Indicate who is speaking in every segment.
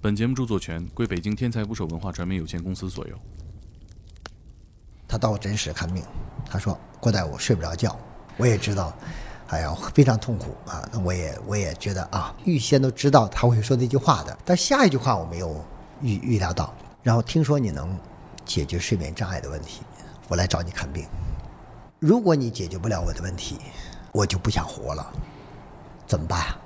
Speaker 1: 本节目著作权归北京天才捕手文化传媒有限公司所有。
Speaker 2: 他到我诊室看病，他说：“郭大夫，我睡不着觉。”我也知道，哎呀，非常痛苦啊。那我也我也觉得啊，预先都知道他会说那句话的，但下一句话我没有预预料到。然后听说你能解决睡眠障碍的问题，我来找你看病。如果你解决不了我的问题，我就不想活了，怎么办啊？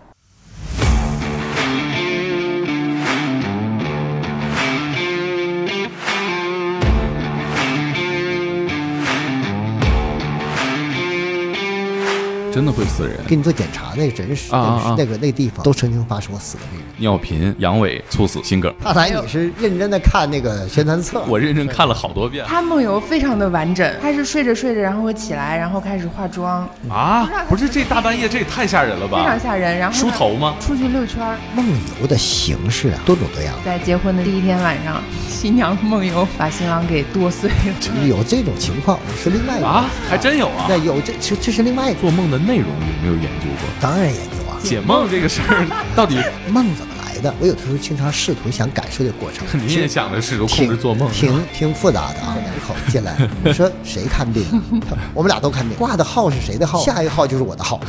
Speaker 1: 真的会死人，
Speaker 2: 给你做检查那个诊室，
Speaker 1: 啊啊啊
Speaker 2: 那个那个地方都曾经发生过死的病人。
Speaker 1: 尿频、阳痿、猝死、心梗。
Speaker 2: 看来你是认真的看那个宣传册，
Speaker 1: 我认真看了好多遍
Speaker 3: 他梦游非常的完整，他是睡着睡着，然后会起来，然后开始化妆，
Speaker 1: 啊
Speaker 3: 不知道！
Speaker 1: 不是这大半夜，这也太吓人了
Speaker 3: 非常
Speaker 1: 吧？
Speaker 3: 吓人。然后
Speaker 1: 梳头吗？
Speaker 3: 出去溜圈儿，
Speaker 2: 梦游的形式啊多种多样，
Speaker 3: 在结婚的第一天晚上，新娘梦游把新郎给剁碎了。
Speaker 2: 有这种情况是另外一个
Speaker 1: 啊，还真有啊
Speaker 2: 那！有这这这是另外一个，
Speaker 1: 做梦的内容有没有研究过？
Speaker 2: 当然研究啊，
Speaker 1: 解梦这个事儿到底，
Speaker 2: 梦怎么来的？我有的时候经常试图想感受这个过程，
Speaker 1: 你也想着试图控
Speaker 2: 挺
Speaker 1: 制做梦？
Speaker 2: 挺挺复杂 的啊。两口进来，你说谁看病啊？他我们俩都看病，挂的号是谁的号？下一个号就是我的号。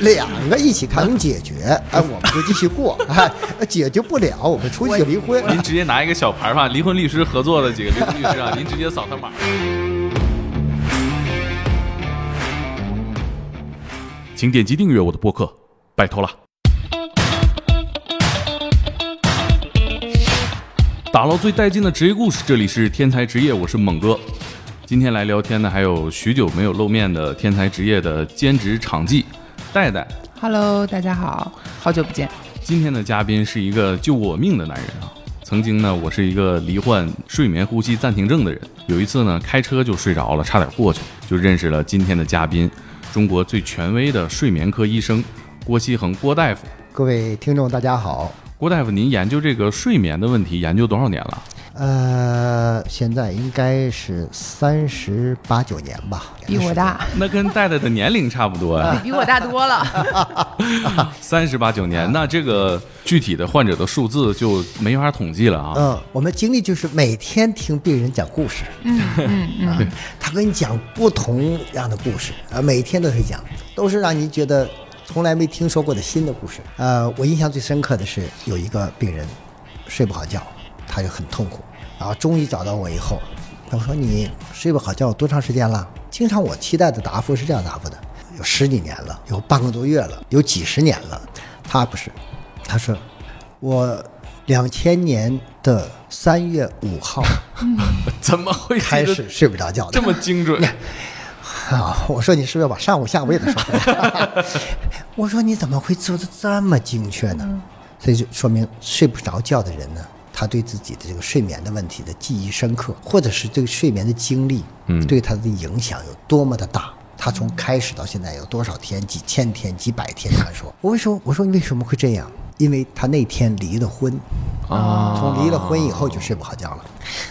Speaker 2: 两个一起看，能解决，哎，我们就继续过；哎，解决不了，我们出去离婚。
Speaker 1: 您直接拿一个小牌儿吧，离婚律师合作的几个离婚律师啊，您直接扫他码。请点击订阅我的播客，拜托了。打捞最带劲的职业故事，这里是天才职业，我是猛哥。今天来聊天的还有许久没有露面的天才职业的兼职场记戴戴。
Speaker 3: Hello，大家好，好久不见。
Speaker 1: 今天的嘉宾是一个救过我命的男人啊！曾经呢，我是一个罹患睡眠呼吸暂停症的人。有一次呢，开车就睡着了，差点过去，就认识了今天的嘉宾，中国最权威的睡眠科医生郭希恒郭大夫。
Speaker 2: 各位听众，大家好。
Speaker 1: 郭大夫，您研究这个睡眠的问题研究多少年了？
Speaker 2: 呃，现在应该是三十八九年吧，
Speaker 3: 比我大，
Speaker 1: 那跟戴戴的年龄差不多
Speaker 2: 啊
Speaker 1: 呀、
Speaker 3: 比我大多了。
Speaker 1: 三十八九
Speaker 2: 啊
Speaker 1: 年。那这个具体的患者的数字就没法统计了啊。
Speaker 2: 嗯，我们经历就是每天听病人讲故事，嗯嗯嗯，他跟你讲不同样的故事，啊，每天都会讲，都是让你觉得从来没听说过的新的故事。呃，我印象最深刻的是有一个病人睡不好觉，他就很痛苦，然后终于找到我以后，我说你睡不好觉多长时间了？经常我期待的答复是这样答复的：有十几年了，有半个多月了，有几十年了。他不是，他说我两千年的三月五号
Speaker 1: 怎么会记
Speaker 2: 开
Speaker 1: 得
Speaker 2: 始睡不着觉的
Speaker 1: 这。么精 准？
Speaker 2: 啊！ 我说你是不是把上午、下午也得说出来？我说你怎么会做的这么精确呢？所以就说明睡不着觉的人呢，他对自己的这个睡眠的问题的记忆深刻，或者是对睡眠的经历，嗯，对他的影响有多么的大。他从开始到现在有多少天、几千天、几百天？他说，我为什么？我说你为什么会这样？因为他那天离了婚，
Speaker 1: 啊
Speaker 2: 从离了婚以后就睡不好觉了。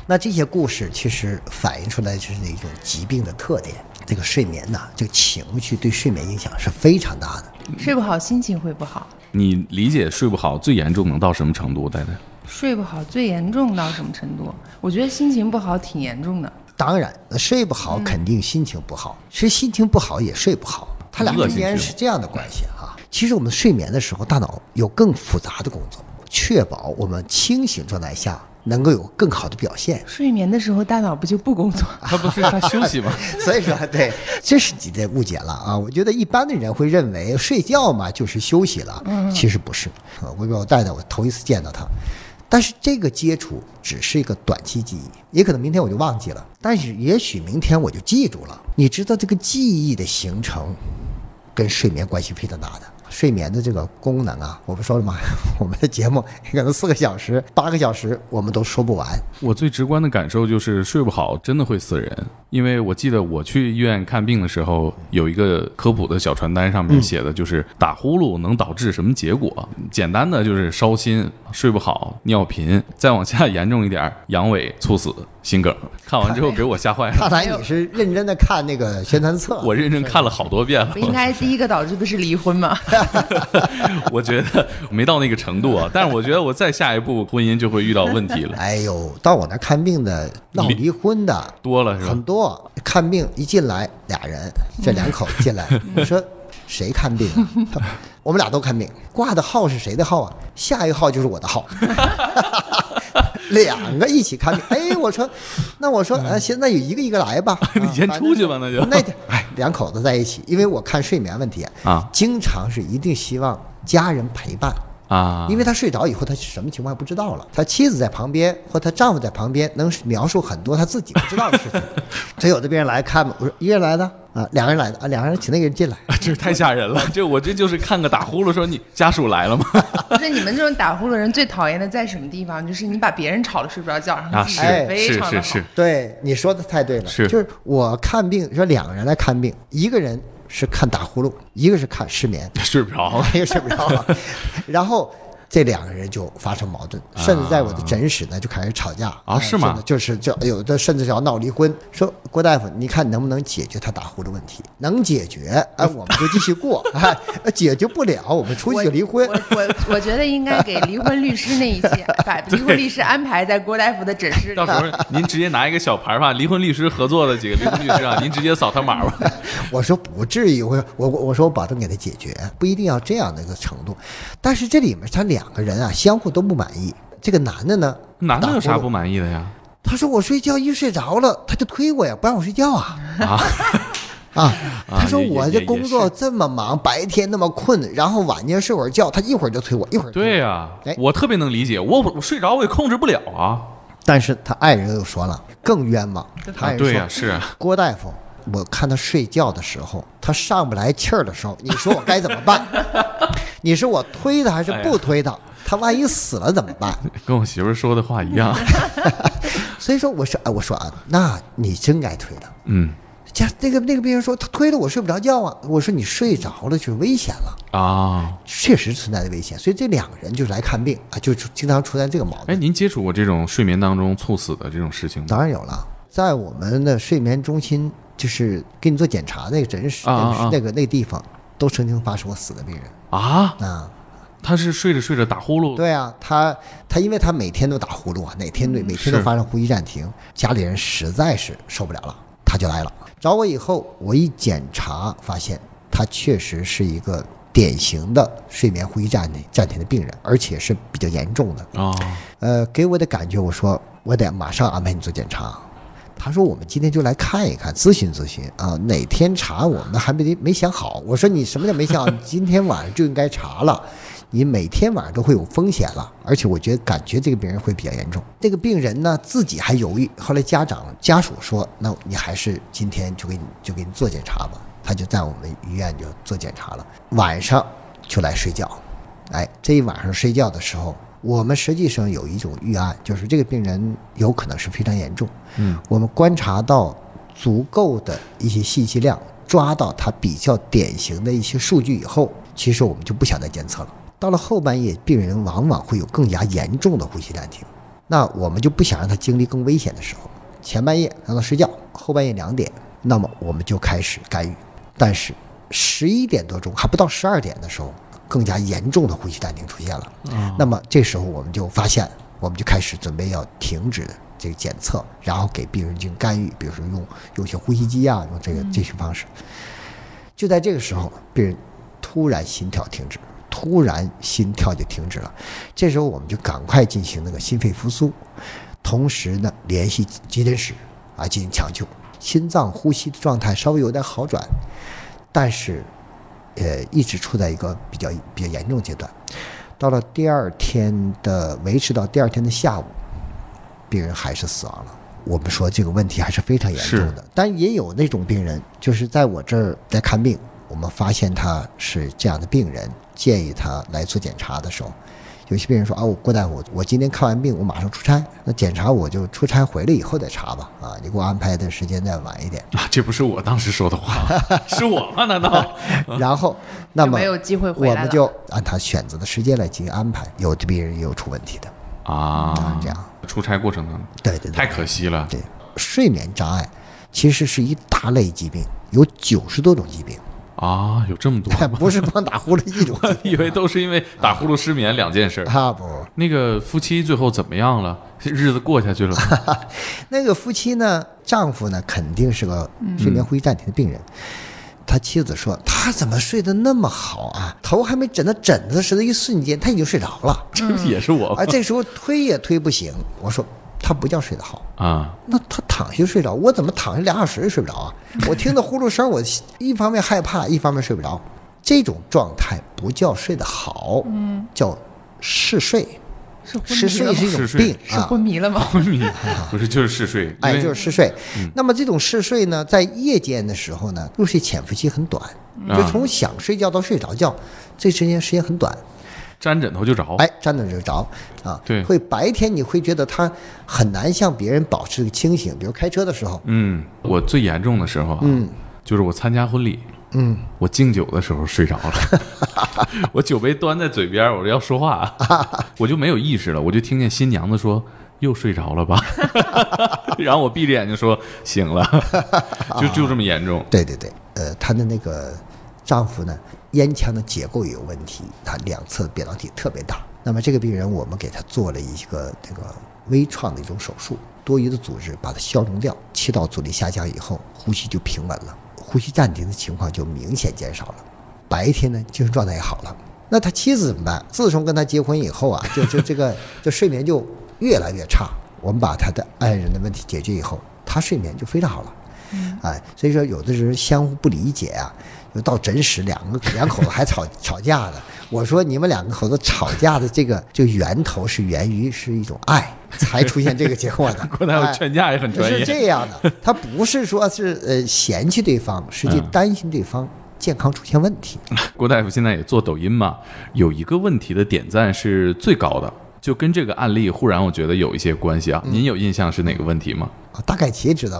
Speaker 2: 那这些故事其实反映出来就是一种疾病的特点。这个睡眠呐、这个情绪对睡眠影响是非常大的。
Speaker 3: 睡不好，心情会不好。
Speaker 1: 你理解睡不好最严重能到什么程度？戴戴。
Speaker 3: 睡不好最严重到什么程度？我觉得心情不好挺严重的。
Speaker 2: 当然，睡不好肯定心情不好，其实心情不好也睡不好，它俩
Speaker 1: 恶
Speaker 2: 之
Speaker 1: 性
Speaker 2: 间
Speaker 1: 循
Speaker 2: 是这样的关系啊。其实我们睡眠的时候，大脑有更复杂的工作，确保我们清醒状态下能够有更好的表现。
Speaker 3: 睡眠的时候大脑不就 不工作？
Speaker 1: 他不是他休息吗？
Speaker 2: 所以说，对，这是你的误解了啊！我觉得一般的人会认为睡觉嘛就是休息了，其实不是。啊我我带带，我头一次见到他，但是这个接触只是一个短期记忆，也可能明天我就忘记了，但是也许明天我就记住了。你知道这个记忆的形成跟睡眠关系非常大的。睡眠的这个功能啊，我不说了吗？ 我们的节目可能四个小时、八个小时我们都说不完。
Speaker 1: 我最直观的感受就是睡不好真的会死人，因为我记得我去医院看病的时候，有一个科普的小传单上面写的就是打呼噜能导致什么结果，简单的就是烧心、睡不好、尿频，再往下严重一点，阳痿、猝死。心梗， 看完之后给我吓坏
Speaker 2: 看
Speaker 1: 了。
Speaker 2: 来你是认真的看那个宣传册，
Speaker 1: 我认真看了好多遍了
Speaker 3: 不，应该第一个导致的是离婚吗？
Speaker 1: 我觉得没到那个程度啊，但是我觉得我再下一步婚姻就会遇到问题了，
Speaker 2: 哎呦，到我那看病的闹
Speaker 1: 离
Speaker 2: 离婚的
Speaker 1: 多了是吧
Speaker 2: 很？多，看病一进来俩人，这两口 子进来，我说谁看病啊？他说我们俩都看病，挂的号是谁的号啊？下一个号就是我的号。 两个一起看病，哎，我说，那我说，呃，现在有一个一个来吧，
Speaker 1: 嗯 你先出去吧那就
Speaker 2: 那天哎，两口子在一起，因为我看睡眠问题
Speaker 1: 啊
Speaker 2: 经常是一定希望家人陪伴，
Speaker 1: 啊，
Speaker 2: 因为他睡着以后，他什么情况也不知道了。他妻子在旁边，或他丈夫在旁边，能描述很多他自己不知道的事 情。所以有的病人来看嘛，我说一个人来的啊，两个人来的啊，两个人请那个人进来。
Speaker 1: 这太吓人了，这我这就是看个打呼噜说你家属来了吗？
Speaker 3: 不是你们这种打呼噜人最讨厌的在什么地方？就是你把别人吵得睡不着觉，然后
Speaker 1: 啊，
Speaker 3: 自 己
Speaker 1: 是
Speaker 2: 哎
Speaker 3: 非
Speaker 1: 是
Speaker 3: 常的
Speaker 1: 是
Speaker 3: 好
Speaker 1: 是，
Speaker 2: 对，你说的太对了，
Speaker 1: 是
Speaker 2: 就是我看病说两个人来看病，一个人是看打呼噜，一个是看失眠，
Speaker 1: 睡不 着，
Speaker 2: 一个睡不着了，然后。这两个人就发生矛盾，甚至在我的诊室呢就开始吵架
Speaker 1: 啊是吗
Speaker 2: 真的就是就有的甚至要闹离婚，说郭大夫，你看能不能解决他打呼噜问题？能解决，哎，我们就继续过； 哎，解决不了，我们出去离婚
Speaker 3: 我。我我觉得应该给离婚律师那一 期，把离婚律师安排在郭大夫的诊室里
Speaker 1: 到。时候您直接拿一个小牌儿吧，离婚律师合作的几个离婚律师 啊，您直接扫他码吧。
Speaker 2: 我说不至于，我说我我我说我保证给他解决，不一定要这样的一个程度。但是这里面他两个人啊，相互都不满意。这个男的呢，
Speaker 1: 男的有
Speaker 2: 打
Speaker 1: 啥
Speaker 2: 呼噜
Speaker 1: 不满意的呀？
Speaker 2: 他说我睡觉一睡着了，他就推我呀，不让我睡觉啊。
Speaker 1: 啊
Speaker 2: 啊，
Speaker 1: 啊
Speaker 2: 他说
Speaker 1: 也也
Speaker 2: 我
Speaker 1: 也
Speaker 2: 这
Speaker 1: 也
Speaker 2: 工作这么忙，白天那么困，然后晚间睡会儿觉，他一会儿就推我，一会儿推 我
Speaker 1: 对呀、
Speaker 2: 哎
Speaker 1: 我特别能理解，我我睡着我也控制不了啊。
Speaker 2: 但是他爱人又说了，更冤枉。他爱
Speaker 1: 啊，
Speaker 2: 人说，
Speaker 1: 对呀、是啊
Speaker 2: 郭大夫，我看他睡觉的时候，他上不来气儿的时候，你说我该怎么办？ 你说我推他还是不推他？他万一死了怎么办？
Speaker 1: 跟我媳妇儿说的话一 样。
Speaker 2: 所以说我说，哎，我说啊，那你真该推他。
Speaker 1: 嗯
Speaker 2: 家那个那个病人说，他推了我睡不着觉啊。我说你睡着了就是危险了，
Speaker 1: 啊，
Speaker 2: 确实存在的危险。所以这两个人就是来看病啊，就经常出现这个矛
Speaker 1: 哎，
Speaker 2: 盾。
Speaker 1: 您接触过这种睡眠当中猝死的这种事情吗？
Speaker 2: 当然有了，在我们的睡眠中心，就是给你做检查那个诊室，
Speaker 1: 啊啊啊
Speaker 2: 那个那个那个地方，都曾经发生过死的病人
Speaker 1: 啊，
Speaker 2: 啊。
Speaker 1: 他是睡着睡着打呼噜。
Speaker 2: 对啊，他他因为他每天都打呼噜啊，哪天对每天都
Speaker 1: 是
Speaker 2: 发生呼吸暂停，家里人实在是受不了了，他就来了。找我以后，我一检查发现他确实是一个典型的睡眠呼吸暂停暂停的病人，而且是比较严重的。
Speaker 1: 啊，
Speaker 2: 呃，给我的感觉，我说我得马上安排你做检查。他说我们今天就来看一看，咨询咨询啊，哪天查我们还没没想好。我说你什么叫没想好？你今天晚上就应该查了。你每天晚上都会有风险了，而且我觉得感觉这个病人会比较严重。这个病人呢自己还犹豫，后来家长家属说，那你还是今天就给你就给你做检查吧。他就在我们医院就做检查了，晚上就来睡觉。哎，这一晚上睡觉的时候，我们实际上有一种预案，就是这个病人有可能是非常严重。
Speaker 1: 嗯，
Speaker 2: 我们观察到足够的一些信息量，抓到他比较典型的一些数据以后，其实我们就不想再监测了。到了后半夜，病人往往会有更加严重的呼吸暂停，那我们就不想让他经历更危险的时候。前半夜让他睡觉，后半夜两点，那么我们就开始干预。但是十一点多钟还不到十二点的时候，更加严重的呼吸暂停出现了。
Speaker 1: 嗯啊
Speaker 2: 那么这时候我们就发现，我们就开始准备要停止这个检测，然后给病人进行干预，比如说用用一些呼吸机啊，用这个这些方式。就在这个时候，病人突然心跳停止，突然心跳就停止了。这时候我们就赶快进行那个心肺复苏，同时呢联系急诊室啊进行抢救。心脏呼吸的状态稍微有点好转，但是呃一直处在一个比较比较严重阶段。到了第二天的维持到第二天的下午，病人还是死亡了。我们说这个问题还是非常严重的，但也有那种病人，就是在我这儿来看病，我们发现他是这样的病人，建议他来做检查的时候，有些病人说啊，我郭大夫，我我今天看完病，我马上出差，那检查我就出差回来以后再查吧，啊，你给我安排的时间再晚一点，
Speaker 1: 啊，这不是我当时说的话， 是我吗？难 道？
Speaker 2: 然后那么
Speaker 3: 没有机会回
Speaker 2: 我
Speaker 3: 来了
Speaker 2: 们就按他选择的时间来进行安排，有的病人也有出问题的。
Speaker 1: 啊
Speaker 2: 这样，
Speaker 1: 出差过程当中，
Speaker 2: 对对对，
Speaker 1: 太可惜了。
Speaker 2: 对，睡眠障碍其实是一大类疾病，有九十多种疾病，
Speaker 1: 啊，有这么多，
Speaker 2: 不是光打呼噜一种疾病
Speaker 1: 以为都是因为打呼噜失眠两件事儿。
Speaker 2: 啊不。
Speaker 1: 那个夫妻最后怎么样了？日子过下去了吗？
Speaker 2: 那个夫妻呢，丈夫呢肯定是个
Speaker 3: 嗯
Speaker 2: 睡眠呼吸暂停的病人。他妻子说：“他怎么睡得那么好啊？头还没枕到枕头时的一瞬间，他已经睡着了。
Speaker 1: 这不 也是我
Speaker 2: 啊，这时候推也推不醒。”我说：“他不叫睡得好，
Speaker 1: 啊？
Speaker 2: 那他躺下就睡着，我怎么躺下俩小时也睡不着啊？我听到呼噜声，我一方面害怕，一方面睡不着。这种状态不叫睡得好，嗯，叫嗜睡。
Speaker 3: 是昏
Speaker 2: 嗜
Speaker 3: 迷了
Speaker 2: 睡
Speaker 3: 吗
Speaker 2: 是一
Speaker 1: 嗜
Speaker 2: 种
Speaker 1: 睡
Speaker 2: 病
Speaker 3: 是
Speaker 2: 啊，
Speaker 3: 昏迷了吗？
Speaker 1: 昏迷不是就是嗜睡，因
Speaker 2: 哎，
Speaker 1: 为
Speaker 2: 就是嗜睡。
Speaker 1: 嗯
Speaker 2: 那么这种嗜睡呢，在夜间的时候呢，入睡潜伏期很短，
Speaker 1: 嗯
Speaker 2: 就从想睡觉到睡着觉，这时间时间很短。
Speaker 1: 沾枕头就着。
Speaker 2: 哎，沾着就着啊，
Speaker 1: 对
Speaker 2: 会白天你会觉得他很难向别人保持清醒，比如开车的时候，
Speaker 1: 嗯，我最严重的时候啊，
Speaker 2: 嗯
Speaker 1: 就是我参加婚礼，
Speaker 2: 嗯，
Speaker 1: 我敬酒的时候睡着了， 我酒杯端在嘴边，我要说 话，我就没有意识了，我就听见新娘子说。又睡着了吧？ 然后我闭着眼睛说醒了，就就这么严重。
Speaker 2: 对对对，呃，她的那个丈夫呢，咽腔的结构也有问题，他两侧扁桃体特别大。那么这个病人，我们给他做了一个那个微创的一种手术，多余的组织把它消融掉，气道阻力下降以后，呼吸就平稳了，呼吸暂停的情况就明显减少了。白天呢，精神状态也好了。那他妻子怎么办？自从跟他结婚以后啊，就就这个这睡眠就越来越差。我们把他的爱人的问题解决以后，他睡眠就非常好了。哎，所以说有的人相互不理解啊，就到真实两个 两口子还吵吵架呢。我说你们两个口子吵架的这个这个源头是源于是一种爱，才出现这个结果
Speaker 1: 。
Speaker 2: 的
Speaker 1: 郭大夫
Speaker 2: 哎
Speaker 1: 劝架也很专
Speaker 2: 是
Speaker 1: 业。
Speaker 2: 这样的，他不是说是呃嫌弃对方，实际
Speaker 1: 嗯
Speaker 2: 担心对方健康出现问题。
Speaker 1: 郭大夫现在也做抖音嘛，有一个问题的点赞是最高的，就跟这个案例忽然我觉得有一些关系啊。
Speaker 2: 嗯
Speaker 1: 您有印象是哪个问题吗？
Speaker 2: 啊，大概其 知道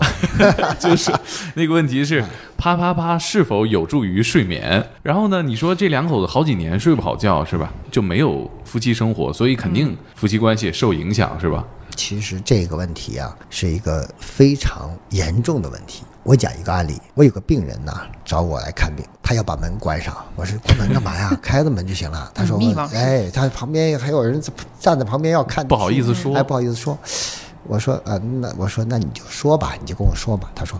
Speaker 2: 吧？
Speaker 1: 就是那个问题是啪啪啪是否有助于睡眠？然后呢，你说这两口子好几年睡不好觉是吧？就没有夫妻生活，所以肯定夫妻关系也受影响是吧？
Speaker 2: 其实这个问题啊，是一个非常严重的问题。我讲一个案例，我有个病人呐、找我来看病，他要把门关上，我说关门干嘛呀？开着门就行了。他说
Speaker 3: 嗯密，码
Speaker 2: 哎，他旁边还有人站在旁边要看，
Speaker 1: 不好意思说
Speaker 2: 哎，不好意思说。我说，呃，那我说那你就说吧，你就跟我说吧。他说，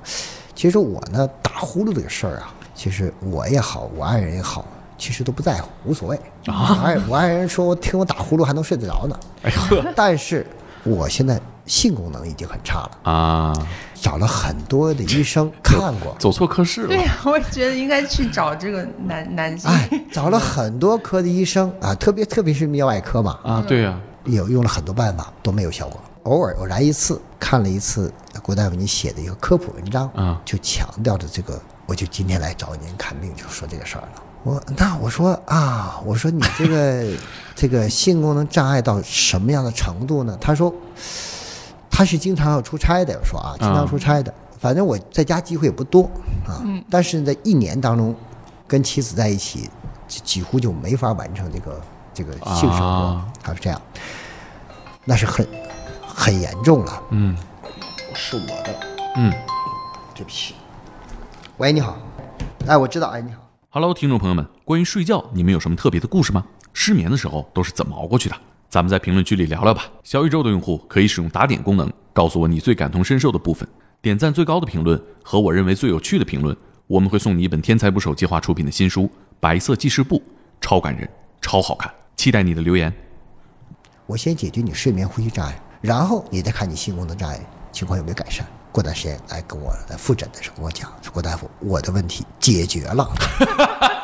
Speaker 2: 其实我呢打呼噜这个事儿啊，其实我也好，我爱人也好，其实都不在乎，无所谓。我爱我爱人说，听我打呼噜还能睡得着呢。
Speaker 1: 啊哎呦
Speaker 2: 但是我现在性功能已经很差了，
Speaker 1: 啊，
Speaker 2: 找了很多的医生看 过，
Speaker 1: 走错科室了
Speaker 3: 对。呀、我觉得应该去找这个男男性。
Speaker 2: 哎，找了很多科的医生啊，特别特别是泌外科嘛，
Speaker 1: 啊，对呀、
Speaker 2: 有用了很多办法都没有效果，偶尔偶然一次看了一次呃郭大夫你写的一个科普文章
Speaker 1: 啊
Speaker 2: 就强调着这个，我就今天来找您看病就说这个事儿了。我那我说啊，我说你这个这个性功能障碍到什么样的程度呢？他说他是经常要出差的，我说啊，经常出差的。反正我在家机会也不多啊，但是在一年当中，跟妻子在一起，几几乎就没法完成这个这个性生活
Speaker 1: 啊，
Speaker 2: 他、是这样，那是很很严重了。
Speaker 1: 嗯
Speaker 2: 是我的，
Speaker 1: 嗯。
Speaker 2: 对不起。喂，你好，哎，我知道，哎，你好。
Speaker 1: Hello，听众朋友们，关于睡觉，你们有什么特别的故事吗？失眠的时候都是怎么熬过去的？咱们在评论区里聊聊吧。小宇宙的用户可以使用打点功能，告诉我你最感同身受的部分，点赞最高的评论和我认为最有趣的评论，我们会送你一本天才捕手计划出品的新书《白色记事簿》，超感人，超好看，期待你的留言。
Speaker 2: 我先解决你睡眠呼吸障碍，然后你再看你性功能障碍情况有没有改善。过段时间来跟我来复诊的时候跟我讲，说郭大夫，我的问题解决了。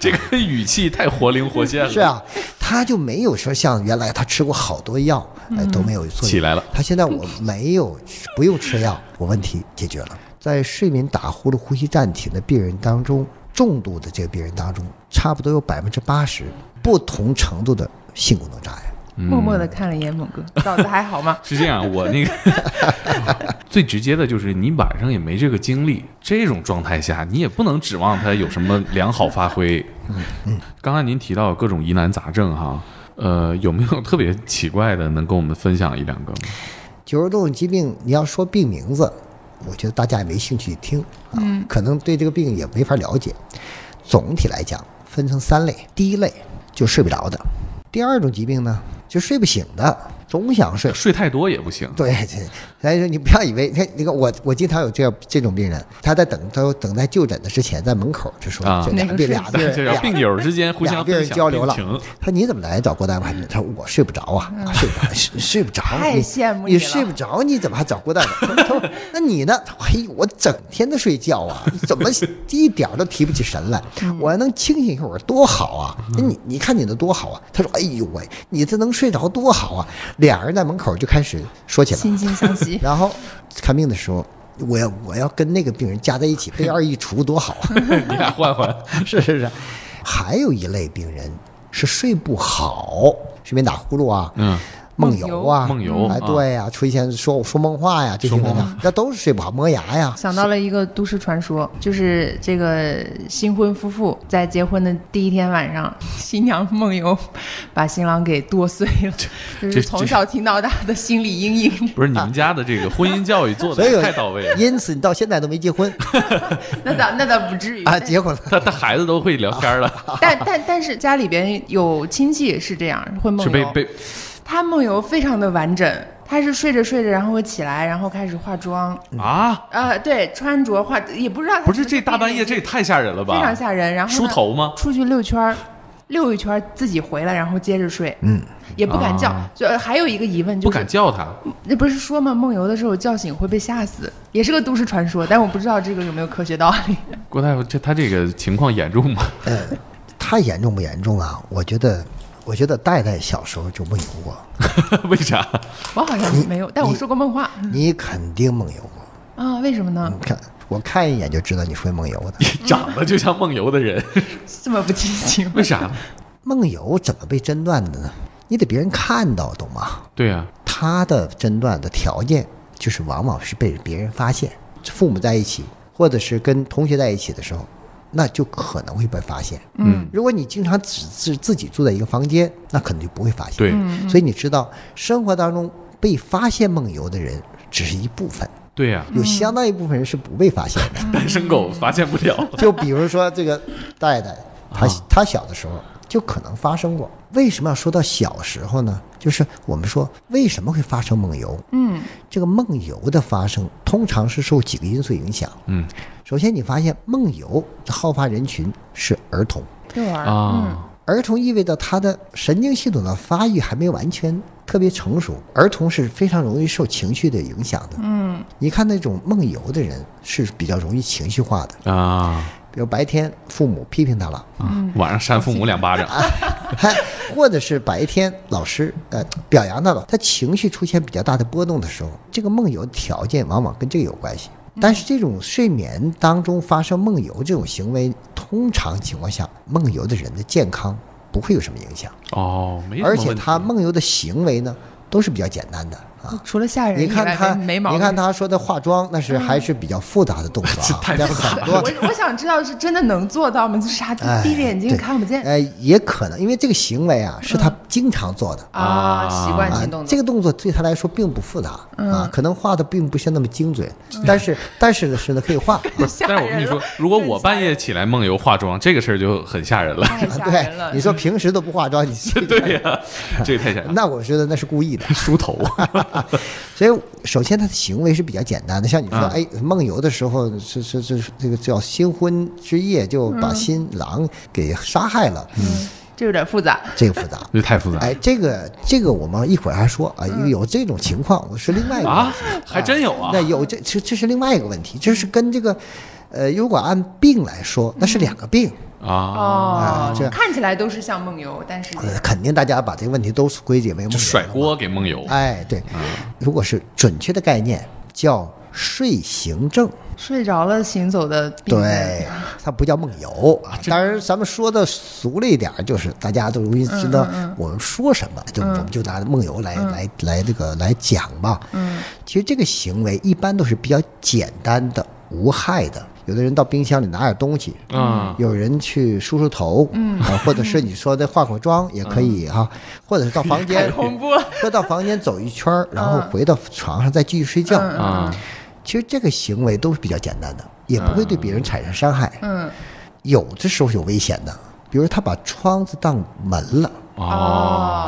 Speaker 1: 这个语气太活灵活现了，
Speaker 2: 是啊，他就没有说像原来他吃过好多药，哎都没有作用。
Speaker 1: 起来了？
Speaker 2: 他现在我没有不用吃药，我问题解决了。在睡眠打呼噜、呼吸暂停的病人当中，重度的这个病人当中，差不多有百分之八十不同程度的性功能障碍。
Speaker 3: 默默的看了一眼猛哥，嫂子还好吗
Speaker 1: 是这样，我 那个最直接的就是你晚上也没这个精力，这种状态下你也不能
Speaker 2: 嗯
Speaker 1: 嗯指望他有什么良好发挥。刚才您提到各种疑难杂症哈，呃，有没有特别奇怪的能跟我们分享一两个吗？
Speaker 2: 九十多种疾病，你要说病名字，我觉得大家也没兴趣听啊，可能对这个病也没法了解。总体来讲，分成三类，第一类就睡不着的，第二种疾病呢就睡不醒的，总想睡，
Speaker 1: 睡太多也不行。
Speaker 2: 对，这所以说你不要以为，你看那个我我经常有这样这种病人，他在等他等在就诊的之前，在门口就说
Speaker 1: 啊
Speaker 2: 这俩病俩 病
Speaker 1: 对，这叫
Speaker 2: 俩
Speaker 1: 病友之间互
Speaker 2: 俩
Speaker 1: 相
Speaker 2: 病
Speaker 1: 分
Speaker 2: 人
Speaker 1: 享
Speaker 2: 交流了
Speaker 1: 病情。
Speaker 2: 他说你怎么来找郭大夫看病？他说我睡不着啊，啊睡不着，睡睡不着，
Speaker 3: 嗯 太
Speaker 2: 你
Speaker 3: 羡慕你
Speaker 2: 你
Speaker 3: 了
Speaker 2: 睡不着，你怎么还找郭大夫？他说那你呢？他说嘿，我整天的睡觉啊，怎么一点儿都提不起神来？
Speaker 3: 嗯
Speaker 2: 我要能清醒一会儿多好啊！那
Speaker 1: 嗯
Speaker 2: 你你看你的多好啊！他说哎呦喂，你这能睡着多好啊！俩人在门口就开始说起来了。。
Speaker 3: 惺惺相惜
Speaker 2: 然后看病的时候，我要我要跟那个病人加在一起，被二一除多好啊！
Speaker 1: 你俩换换，
Speaker 2: 是是是。还有一类病人是睡不好，睡眠打呼噜啊，
Speaker 1: 嗯，
Speaker 2: 梦游啊，
Speaker 1: 梦游
Speaker 2: 哎，
Speaker 1: 啊
Speaker 2: 对呀、出现说说梦话呀，这些
Speaker 1: 说
Speaker 2: 问
Speaker 1: 梦
Speaker 2: 题
Speaker 1: 话，
Speaker 2: 那都是睡不好，磨牙 呀，
Speaker 3: 想到了一个都市传说，就是这个新婚夫妇在结婚的第一天晚上，新娘梦游，把新郎给剁碎了，就
Speaker 1: 这
Speaker 3: 是从小听到大的心理阴影。
Speaker 1: 不是你们家的这个婚姻教育做
Speaker 2: 所以
Speaker 1: 的
Speaker 2: 有
Speaker 1: 太到位了，
Speaker 2: 因此你到现在都没结 婚
Speaker 3: 那倒那倒不至于
Speaker 1: 哎
Speaker 2: 啊，结婚了。
Speaker 1: 他他孩子都会聊天
Speaker 2: 啊
Speaker 1: 了，
Speaker 3: 但但但是家里边有亲戚也是这样，会梦
Speaker 1: 是被
Speaker 3: 游。
Speaker 1: 被
Speaker 3: 他梦游非常的完整，他是睡着睡着，然后会起来，然后开始化妆。
Speaker 2: 嗯
Speaker 1: 啊，
Speaker 3: 呃，对，穿着化也不知道他
Speaker 1: 不是
Speaker 3: 什么
Speaker 1: 这大半夜这也太吓人了
Speaker 3: 非常
Speaker 1: 吧？
Speaker 3: 吓人。然后呢
Speaker 1: 梳头吗？
Speaker 3: 出去溜圈儿，溜一圈儿自己回来，然后接着睡。嗯，也不敢叫
Speaker 1: 啊。
Speaker 3: 就呃还有一个疑问
Speaker 1: 不
Speaker 3: 就是
Speaker 1: 敢，叫他，
Speaker 3: 那不是说嘛，梦游的时候叫醒会被吓死，也是个都市传说，但我不知道这个有没有科学道理。
Speaker 1: 郭大夫，这他这个情况严重吗？
Speaker 2: 他严重不严重啊？我觉得，我觉得戴戴小时候就梦游过，
Speaker 1: 为啥？
Speaker 3: 我好像没有，但我说过梦话
Speaker 2: 你肯定梦游过。
Speaker 3: 啊？为什么呢
Speaker 2: 你？看，我看一眼就知道你会梦游的。
Speaker 1: 长得就像梦游的人，
Speaker 3: 这么不清
Speaker 2: 啊
Speaker 3: 醒？
Speaker 1: 为啥？
Speaker 2: 梦游怎么被诊断的呢？你得别人看到，懂吗？
Speaker 1: 对呀、
Speaker 2: 他的诊断的条件就是往往是被别人发现，父母在一起，或者是跟同学在一起的时候，那就可能会被发现。
Speaker 1: 嗯，
Speaker 2: 如果你经常只是自己住在一个房间，那可能就不会发现。
Speaker 1: 对，
Speaker 2: 所以你知道，生活当中被发现梦游的人只是一部分，
Speaker 1: 对呀、
Speaker 2: 有相当一部分人是不被发现的。
Speaker 1: 单身狗发现不了。
Speaker 2: 就比如说这个戴戴，他他小的时候就可能发生过。为什么要说到小时候呢？就是我们说为什么会发生梦游？
Speaker 3: 嗯，
Speaker 2: 这个梦游的发生通常是受几个因素影响。
Speaker 1: 嗯
Speaker 2: 首先，你发现梦游的好发人群是儿童，
Speaker 3: 遛弯儿
Speaker 1: 啊，
Speaker 2: 儿童意味着他的神经系统的发育还没有完全特别成熟，儿童是非常容易受情绪的影响的。嗯，你看那种梦游的人是比较容易情绪化的，
Speaker 3: 嗯
Speaker 1: 啊，
Speaker 2: 比如白天父母批评他了。
Speaker 1: 晚上扇父母两巴掌，
Speaker 3: 嗯
Speaker 2: 嗨，或者是白天老师呃表扬他了，他情绪出现比较大的波动的时候，这个梦游条件往往跟这个有关系。
Speaker 1: 嗯
Speaker 2: 但是这种睡眠当中发生梦游这种行为，通常情况下，梦游的人的健康不会有什么影响，
Speaker 1: 哦，没什么
Speaker 2: 而且
Speaker 1: 问题
Speaker 2: 他梦游的行为呢都是比较简单的啊。
Speaker 3: 除了吓人
Speaker 2: 你
Speaker 3: 以外，
Speaker 2: 看他，
Speaker 3: 没毛病。
Speaker 2: 你 看他说的化妆，那是还是比较复杂的动作 啊，
Speaker 1: 太
Speaker 2: 那
Speaker 1: 复杂
Speaker 2: 很多
Speaker 3: 我我想知道是真的能做到吗？就啥都
Speaker 2: 哎
Speaker 3: 闭着眼睛
Speaker 2: 对
Speaker 3: 看不见
Speaker 2: 呃，也可能因为这个行为啊是他经常做的，
Speaker 1: 啊
Speaker 3: 啊，习惯
Speaker 2: 啊
Speaker 3: 性动，嗯
Speaker 2: 这
Speaker 3: 作。
Speaker 2: 个动作对他来说并不复杂、啊，可能画的并不是那么精准，但是但是呢是呢可以画。
Speaker 1: 不是，
Speaker 3: 吓
Speaker 1: 但是我跟你
Speaker 3: 人
Speaker 1: 说
Speaker 3: 了，
Speaker 1: 如果
Speaker 3: 真
Speaker 1: 我
Speaker 3: 吓
Speaker 1: 半夜
Speaker 3: 人
Speaker 1: 起来梦游化妆，这个事儿就很吓人 了。
Speaker 3: 太吓
Speaker 2: 对
Speaker 3: 人了，。
Speaker 2: 你说平时都不化妆，你
Speaker 1: 对呀、这也太吓人了。
Speaker 2: 那我觉得那是故意的。
Speaker 1: 梳头，啊
Speaker 2: 所以首先他的行为是比较简单的，像你说，
Speaker 1: 嗯
Speaker 2: 哎，梦游的时候是是是这个叫新婚之夜就把新郎给杀害了，
Speaker 3: 嗯这有点复杂。
Speaker 2: 这个复杂。
Speaker 1: 这太复杂
Speaker 2: 哎，这个这个我们一会儿还说啊，因
Speaker 3: 嗯
Speaker 2: 为有这种情况，我是另外一个问
Speaker 1: 啊
Speaker 2: 题，
Speaker 1: 还真有啊
Speaker 2: 那。有这这这是另外一个问题，这是跟这个，呃，如果按病来说，那是两个病，
Speaker 1: 啊，
Speaker 3: 哦
Speaker 2: 啊这
Speaker 3: 看起来都是像梦游，但是
Speaker 2: 呃，肯定大家把这个问题都归结为梦游
Speaker 1: 嗯就
Speaker 2: 了
Speaker 1: 甩
Speaker 2: 嘛。
Speaker 1: 锅嗯给梦游，
Speaker 2: 哎，对，如果是准确的概念叫睡行症，
Speaker 3: 睡着了行走的病人，啊
Speaker 2: 对，它不叫梦游啊。当然，咱们说的俗了一点儿，就是大家都容易知
Speaker 3: 嗯
Speaker 2: 道我们说什么，就我们就拿梦游来来来这个来讲吧。嗯，其实这个行为一般都是比较简单的、无害的，有的人到冰箱里拿点东西，
Speaker 1: 啊，
Speaker 2: 有人去梳梳头，嗯，啊，或者是你说的化化妆也可以哈、或者是到房
Speaker 3: 太
Speaker 2: 间，
Speaker 3: 恐怖了。
Speaker 2: 或到房间走一圈儿，然后回到床上再继续睡觉。
Speaker 3: 嗯
Speaker 1: 啊，
Speaker 2: 其实这个行为都是比较简单的，也不会对别人产生伤害。
Speaker 3: 嗯，
Speaker 2: 有的时候有危险的，比如他把窗子当门了
Speaker 1: 哦，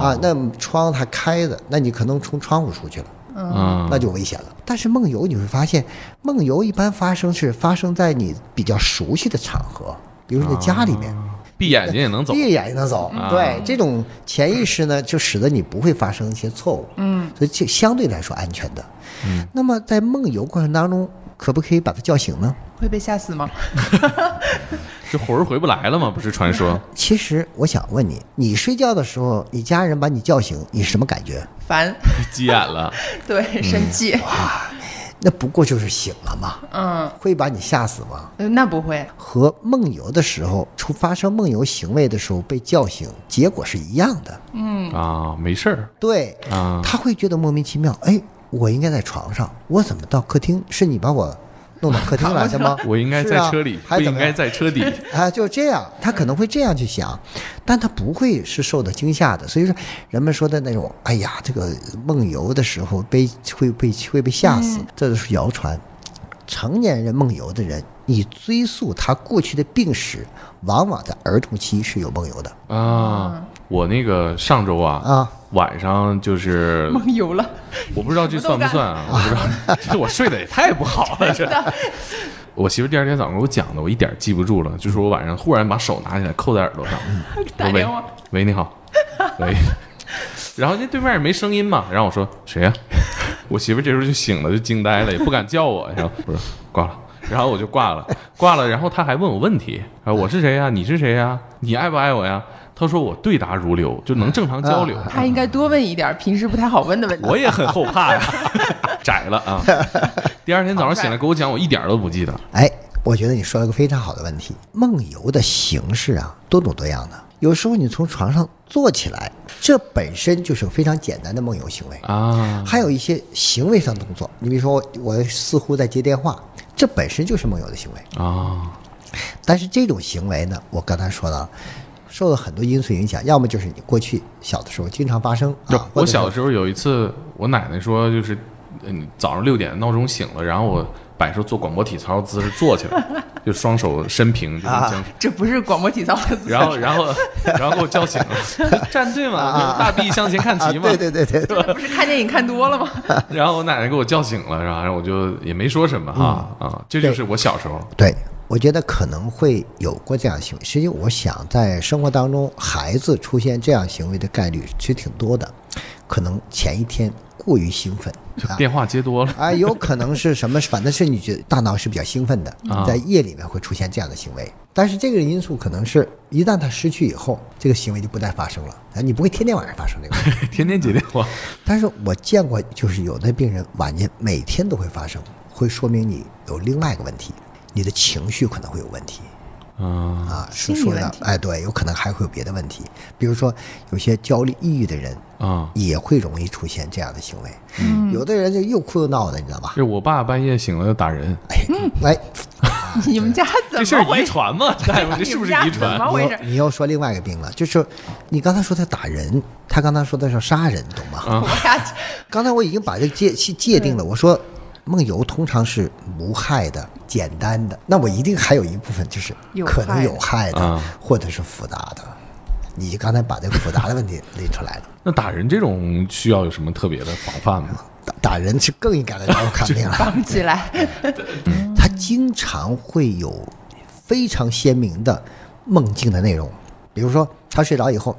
Speaker 2: 啊，那窗还开着，那你可能从窗户出去了。
Speaker 1: 嗯，
Speaker 2: 那就危险了。但是梦游你会发现，梦游一般发生是发生在你比较熟悉的场合，比如说你的家里面，
Speaker 1: 闭眼睛也能走
Speaker 2: 闭眼也能走。
Speaker 1: 啊
Speaker 2: 对，这种潜意识呢，就使得你不会发生一些错误。嗯，所以这相对来说安全的。嗯，那么在梦游过程当中，可不可以把他叫醒呢？
Speaker 3: 会被吓死吗？
Speaker 1: 这魂儿回不来了吗？不是传 说，
Speaker 2: 其实我想问你，你睡觉的时候，你家人把你叫醒，你是什么感觉？
Speaker 3: 烦，
Speaker 1: 急眼了，嗯
Speaker 3: 对，生气。
Speaker 2: 那不过就是醒了嘛，
Speaker 3: 嗯，
Speaker 2: 会把你吓死吗？
Speaker 3: 呃那不会。
Speaker 2: 和梦游的时候，出发生梦游行为的时候被叫醒，结果是一样的。
Speaker 1: 啊，没事儿
Speaker 2: 对，
Speaker 1: 啊，
Speaker 2: 他会觉得莫名其妙，哎，我应该在床上，我怎么到客厅？是你把我弄到客
Speaker 1: ？
Speaker 2: 厅来的吗
Speaker 1: 我应该
Speaker 2: 是
Speaker 1: 在
Speaker 2: 啊
Speaker 1: 车里，
Speaker 2: 还
Speaker 1: 不
Speaker 2: 怎
Speaker 1: 应
Speaker 2: 么
Speaker 1: 该
Speaker 2: 样
Speaker 1: 在车 底，
Speaker 2: 啊，就是这样，他可能会这样去想，但他不会是受到惊吓的。所以说，人们说的那种，哎呀，这个梦游的时候被会被会被吓
Speaker 1: 嗯
Speaker 2: 死，这都是谣传。成年人梦游的人，你追溯他过去的病史，往往在儿童期是有梦游的
Speaker 1: 啊，我那个上周啊，
Speaker 2: 啊。
Speaker 1: 晚上就是
Speaker 3: 梦游了，
Speaker 1: 我不知道这算不算啊，我不知道， 这我睡得也太不好了，这。我媳妇第二天早上给我讲的，我一点儿记不住了，就是我晚上忽然把手拿起来扣在耳朵上，
Speaker 3: 打
Speaker 1: 我喂
Speaker 3: 电话，
Speaker 1: 喂，你好，喂，然后那对面也没声音嘛，然后我说谁呀、 我媳妇这时候就醒了，就惊呆了，也不敢叫我，然后我说挂了，然后我就挂了，挂了，然后她还问我问题，啊，我是谁呀、你是谁呀、你爱不爱我呀？她说我对答如流，就能正常交流。
Speaker 3: 他应该多问一点平时不太好问的问题。
Speaker 1: 我也很后怕呀， 窄了啊！第二天早上醒来给我讲，我一点儿都不记得。
Speaker 2: 哎，我觉得你说了个非常好的问题。梦游的形式啊，多种多样的。有时候你从床上坐起来，这本身就是个非常简单的梦游行为。
Speaker 1: 啊
Speaker 2: 还有一些行为上的动作，你比如说我，我似乎在接电话，这本身就是梦游的行为。
Speaker 1: 啊
Speaker 2: 但是这种行为呢，我刚才说了，受了很多因素影响，要么就是你过去小的时候经常发生
Speaker 1: 就
Speaker 2: 啊，
Speaker 1: 我
Speaker 2: 或者是
Speaker 1: 小的时候有一次，我奶奶说就是，嗯，早上六点闹钟醒了，然后我摆出做广播体操姿势坐起 来，就双手伸平，就是
Speaker 2: 啊
Speaker 1: 僵尸
Speaker 3: 这不是广播体操的姿势
Speaker 1: 然后然后然后给我叫醒了， 站队嘛，就是大臂向前看
Speaker 2: 啊，
Speaker 1: 齐嘛
Speaker 2: 对，对对对对，
Speaker 3: 不是看电影看多了吗？
Speaker 1: 然后我奶奶给我叫醒了，然后然后我就也没说什么啊啊，这就是我小时候
Speaker 2: 嗯对，我觉得可能会有过这样的行为。实际我想，在生活当中，孩子出现这样行为的概率其实挺多的，可能前一天过于兴奋。啊
Speaker 1: 电话接多 了
Speaker 2: 啊，有可能是什么？反正是你觉得大脑是比较兴奋的
Speaker 1: 啊，
Speaker 2: 在夜里面会出现这样的行为。但是这个因素可能是一旦他失去以后，这个行为就不再发生了。啊，你不会天天晚上发生这个。
Speaker 1: 天天接电话
Speaker 2: 但是我见过，就是有的病人晚间每天都会发生，会说明你有另外一个问题，你的情绪可能会有问题。
Speaker 1: 啊
Speaker 2: 啊，是
Speaker 3: 心理
Speaker 2: 说
Speaker 3: 问
Speaker 2: 的
Speaker 3: 题，
Speaker 2: 哎，对，有可能还会有别的问题，比如说有些焦虑、抑郁的人
Speaker 3: 嗯
Speaker 1: 啊。
Speaker 2: 也会容易出现这样的行为，嗯有的人就又哭又闹的，你知道吧？
Speaker 1: 这我爸半夜醒了就打人，
Speaker 2: 哎，
Speaker 3: 嗯
Speaker 2: 哎，
Speaker 3: 你们家怎
Speaker 1: 这事儿
Speaker 3: 么
Speaker 1: 遗
Speaker 3: 回事？
Speaker 1: 传 吗？大夫，这是不是遗传
Speaker 3: 怎？么
Speaker 2: 你又
Speaker 3: 回事？
Speaker 2: 你又说另外一个病了，就是你刚才说他打人，他刚才说的是杀人，懂吗？
Speaker 3: 我俩
Speaker 2: 刚才我已经把这个界界界定了，我说梦游通常是无害的、简单的，那我一定还有一部分就是
Speaker 3: 有
Speaker 2: 可能
Speaker 3: 害嗯
Speaker 2: 有害的，
Speaker 1: 啊
Speaker 2: 或者是复杂的。你刚才把这个复杂的问题 拎出来了。
Speaker 1: 那打人这种需要有什么特别的防范吗？
Speaker 2: 打打人是更应该来找我看病了。
Speaker 3: 绑 起来，
Speaker 2: 他经常会有非常鲜明的梦境的内容，比如说他睡着以后，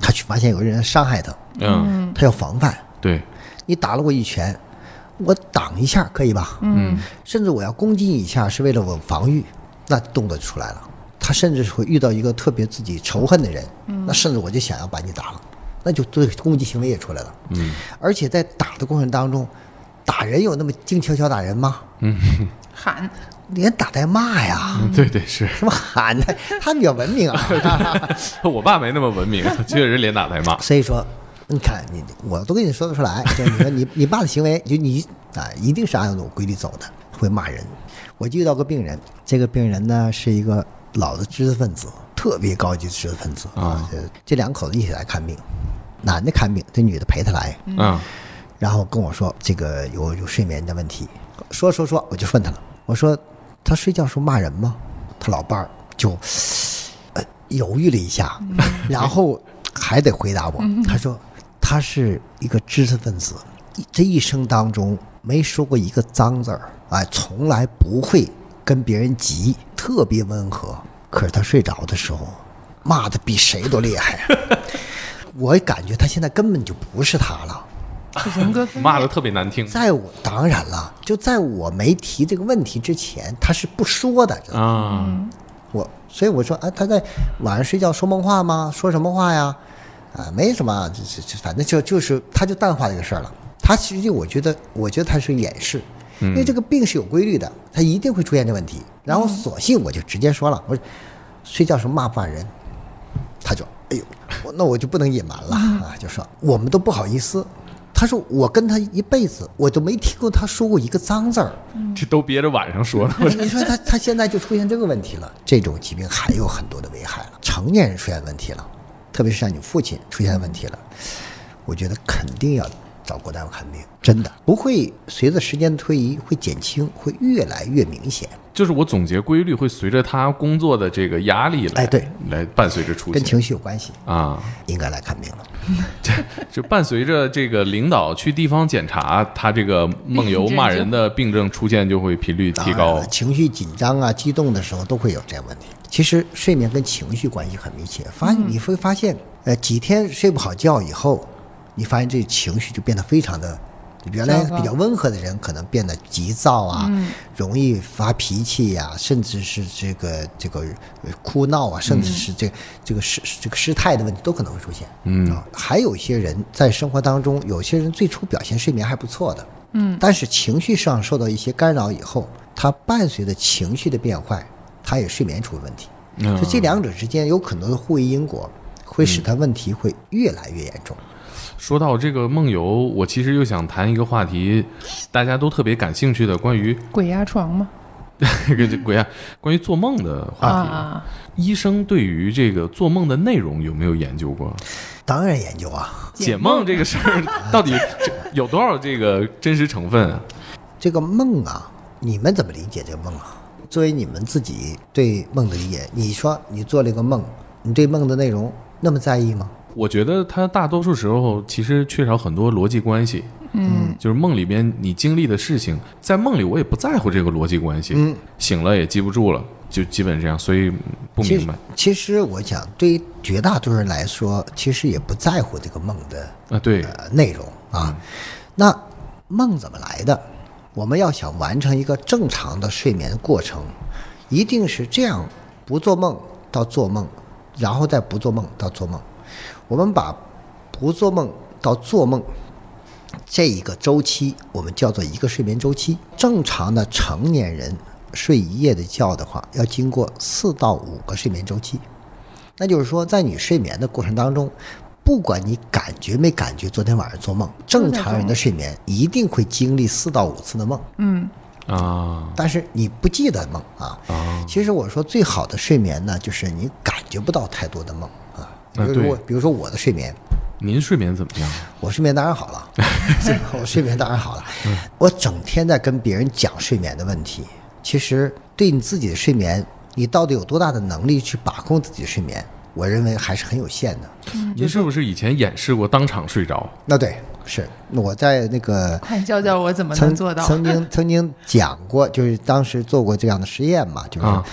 Speaker 2: 他去发现有个人伤害他，
Speaker 1: 嗯，
Speaker 2: 他要防范。
Speaker 1: 对，
Speaker 2: 你打了我一拳，我挡一下可以吧？
Speaker 1: 嗯
Speaker 2: 甚至我要攻击你一下是为了我防御，那动作就出来了。他甚至是会遇到一个特别自己仇恨的人，那甚至我就想要把你打了，那就对攻击行为也出来了。
Speaker 1: 嗯，
Speaker 2: 而且在打的过程当中，打人有那么静悄悄打人吗？
Speaker 3: 喊
Speaker 2: 连打带骂呀，
Speaker 1: 嗯对对是，
Speaker 2: 什么喊的，他们比较文明 啊。
Speaker 1: 我爸没那么文明，确实连打带骂。
Speaker 2: 所以说，你看你， 我都跟你说得出来，对，你说你你爸的行为，就你啊，一定是按照我规律走的。会骂人。我就遇到个病人，这个病人呢是一个老的知识分子，特别高级的知识分子
Speaker 1: 啊
Speaker 2: 这这两口子一起来看病，男的看病，这女的陪他来，
Speaker 3: 嗯
Speaker 1: 啊
Speaker 2: 然后跟我说这个有有睡眠的问题，说说说，我就问他了，我说他睡觉时候骂人吗？他老伴儿就呃犹豫了一下，然后还得回答我，他说他是一个知识分子，一这一生当中没说过一个脏字儿，哎，从来不会跟别人急，特别温和，可是他睡着的时候骂的比谁都厉害，我感觉他现在根本就不是他了。
Speaker 3: 就人格
Speaker 1: 嗯
Speaker 3: 分
Speaker 1: 骂
Speaker 3: 裂。
Speaker 1: 的特别难听啊
Speaker 2: 在我当然了，就在我没提这个问题之前，他是不说的。知道吗
Speaker 1: 啊，
Speaker 3: 嗯
Speaker 2: 我所以我说，啊，他在晚上睡觉说梦话吗？说什么话呀？啊，没什么，这这这，反正就就是，他就淡化这个事儿了。他实际我觉得，我觉得他是掩饰，因为这个病是有规律的，他一定会出现这问题。然后索性我就直接说了，我说睡觉时候骂不骂人？他就哎呦，我那我就不能隐瞒了啊，就说我们都不好意思。他说我跟他一辈子，我都没听过他说过一个脏字儿。
Speaker 3: 嗯
Speaker 1: 这都憋着晚上说了。
Speaker 2: 你说他他现在就出现这个问题了，这种疾病还有很多的危害了。成年人出现问题了，特别是像你父亲出现问题了，我觉得肯定要找国单位看病，真的不会随着时间的推移会减轻，会越来越明显。
Speaker 1: 就是我总结规律会随着他工作的这个压力来，
Speaker 2: 哎对，
Speaker 1: 来伴随着出
Speaker 2: 跟
Speaker 1: 现
Speaker 2: 情绪有关系，
Speaker 1: 啊，
Speaker 2: 应该来看病了。
Speaker 1: 就伴随着这个领导去地方检查，他这个梦游
Speaker 3: 病症
Speaker 1: 骂人的病症出现就会频率提
Speaker 2: 当
Speaker 1: 高
Speaker 2: 然了啊情绪紧张啊、激动的时候都会有这样问题。其实睡眠跟情绪关系很密切，发
Speaker 1: 嗯
Speaker 2: 现你会发现，呃，几天睡不好觉以后，你发现这情绪就变得非常的，原来
Speaker 3: 糟糕嗯
Speaker 2: 比较温和的人可能变得急躁啊，容易发脾气呀、甚至是这个这个呃哭闹
Speaker 3: 嗯
Speaker 2: 啊，甚至是这这个失这个失态的问题都可能会出现。嗯，还有一些人在生活当中，有些人最初表现睡眠还不错的，嗯，但是情绪上受到一些干扰以后，它伴随着情绪的变坏，它也睡眠出问题。
Speaker 1: 嗯
Speaker 2: 所以这两者之间有很多的互为因果，会使它问题会越来越严重。
Speaker 1: 说到这个梦游，我其实又想谈一个话题，大家都特别感兴趣的，关于
Speaker 3: 鬼压床吗？
Speaker 1: 这个这鬼啊，关于做梦的话题。
Speaker 3: 啊，
Speaker 1: 医生对于这个做梦的内容有没有研究过？
Speaker 2: 当然研究啊，
Speaker 1: 解梦这个事儿到底这有多少这个真实成分啊？
Speaker 2: 这个梦啊，你们怎么理解这个梦啊？作为你们自己对梦的理解，你说你做了一个梦，你对梦的内容那么在意吗？
Speaker 1: 我觉得它大多数时候其实缺少很多逻辑关系。嗯，就是梦里边你经历的事情，在梦里我也不在乎这个逻辑关系，嗯，醒了也记不住了，就基本这样，所以嗯不
Speaker 2: 其
Speaker 1: 明
Speaker 2: 实
Speaker 1: 白。
Speaker 2: 其实我想，对于绝大多数人来说，其实也不在乎这个梦的
Speaker 1: 啊，对，
Speaker 2: 呃内容
Speaker 1: 嗯
Speaker 2: 啊。那梦怎么来的？我们要想完成一个正常的睡眠过程，一定是这样：不做梦到做梦，然后再不做梦到做梦。我们把不做梦到做梦这一个周期，我们叫做一个睡眠周期。正常的成年人睡一夜的觉的话，要经过四到五个睡眠周期。那就是说，在你睡眠的过程当中，不管你感觉没感觉昨天晚上做梦，正常人的睡眠一定会经历四到五次的梦，
Speaker 3: 嗯，
Speaker 1: 啊
Speaker 2: 但是你不记得梦啊。
Speaker 1: 啊，
Speaker 2: 其实我说最好的睡眠呢，就是你感觉不到太多的梦啊。比
Speaker 1: 啊
Speaker 2: 如说我
Speaker 1: 对，
Speaker 2: 比如说我的睡眠，
Speaker 1: 您睡眠怎么样？
Speaker 2: 我睡眠当然好了，我睡眠当然好了。我整天在跟别人讲睡眠的问题，其实对你自己的睡眠，你到底有多大的能力去把控自己的睡眠？我认为还是很有限的。
Speaker 1: 您嗯是不是以前演示过当场睡着？
Speaker 2: 那对，是我在那个
Speaker 3: 快教教我怎么能
Speaker 2: 曾
Speaker 3: 做到？
Speaker 2: 曾 经曾经讲过，就是当时做过这样的实验嘛，就是
Speaker 1: 啊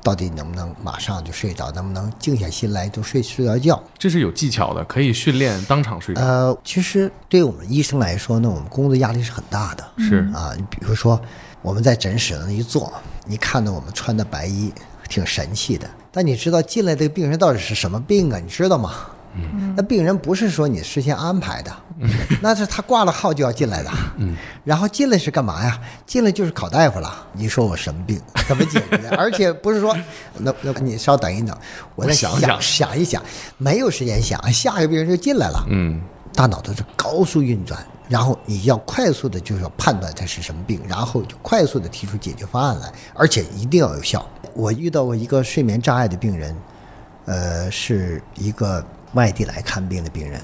Speaker 2: 到底能不能马上就睡着，能不能静下心来就睡睡着觉。
Speaker 1: 这是有技巧的，可以训练当场睡着。
Speaker 2: 呃，其实对我们医生来说呢，我们工作压力是很大的。
Speaker 1: 是
Speaker 2: 啊，你比如说我们在诊室那一坐，你看到我们穿的白衣，挺神气的，但你知道进来这个病人到底是什么病啊？你知道吗？嗯，那病人不是说你事先安排的，那是他挂了号就要进来的。嗯，然后进来是干嘛呀？进来就是考大夫了。你说我什么病？怎么解决？而且不是说，那那你稍等一等，我再
Speaker 1: 我想
Speaker 2: 想
Speaker 1: 想
Speaker 2: 想一想，没有时间想，下一个病人就进来了。
Speaker 1: 嗯，
Speaker 2: 大脑都是高速运转，然后你要快速的就是要判断它是什么病，然后就快速的提出解决方案来，而且一定要有效。我遇到过一个睡眠障碍的病人，呃，是一个外地来看病的病人，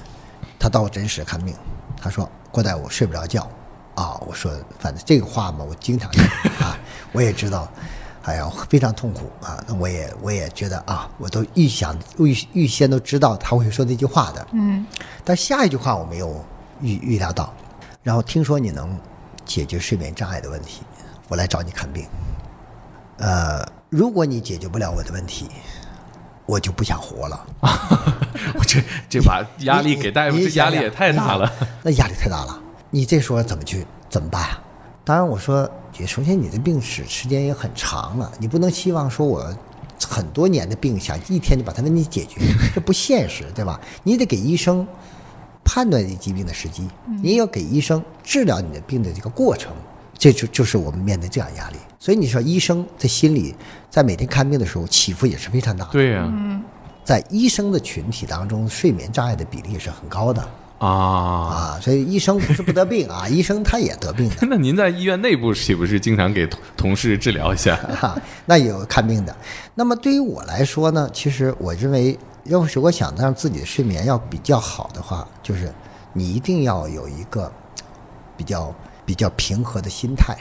Speaker 2: 他到我诊室看病，他说郭大夫我睡不着觉啊，我说反正这个话嘛，我经常讲 啊，我也知道。哎呀，非常痛苦啊！那我也我也觉得啊，我都预想预预先都知道他会说那句话的，
Speaker 3: 嗯，
Speaker 2: 但下一句话我没有预预料到。然后听说你能解决睡眠障碍的问题，我来找你看病。呃，如果你解决不了我的问题，我就不想活了。
Speaker 3: 啊
Speaker 1: 我这这把压力给大夫，
Speaker 2: 你
Speaker 1: 这
Speaker 2: 你想
Speaker 1: 压力
Speaker 2: 想
Speaker 1: 也太大了。
Speaker 2: 你想那压力太大了。你这时候怎么去怎么办啊？当然，我说，也首先你的病史时间也很长了，你不能期望说我很多年的病想一天就把它问题解决，这不现实，对吧？你得给医生判断你疾病的时机，你也要给医生治疗你的病的这个过程。这就就是我们面对这样压力，所以你说医生在心里在每天看病的时候起伏也是非常大的。
Speaker 1: 对呀、
Speaker 3: 嗯
Speaker 2: 在医生的群体当中，睡眠障碍的比例是很高的。
Speaker 1: 啊，
Speaker 2: 啊，所以医生不是不得病啊， 医生他也得病的
Speaker 1: 那您在医院内部岂不是经常给同同事治疗一下？
Speaker 2: 哈、啊那也有看病的。那么对于我来说呢，其实我认为，要是我想让自己的睡眠要比较好的话，就是你一定要有一个比较比较平和的心态，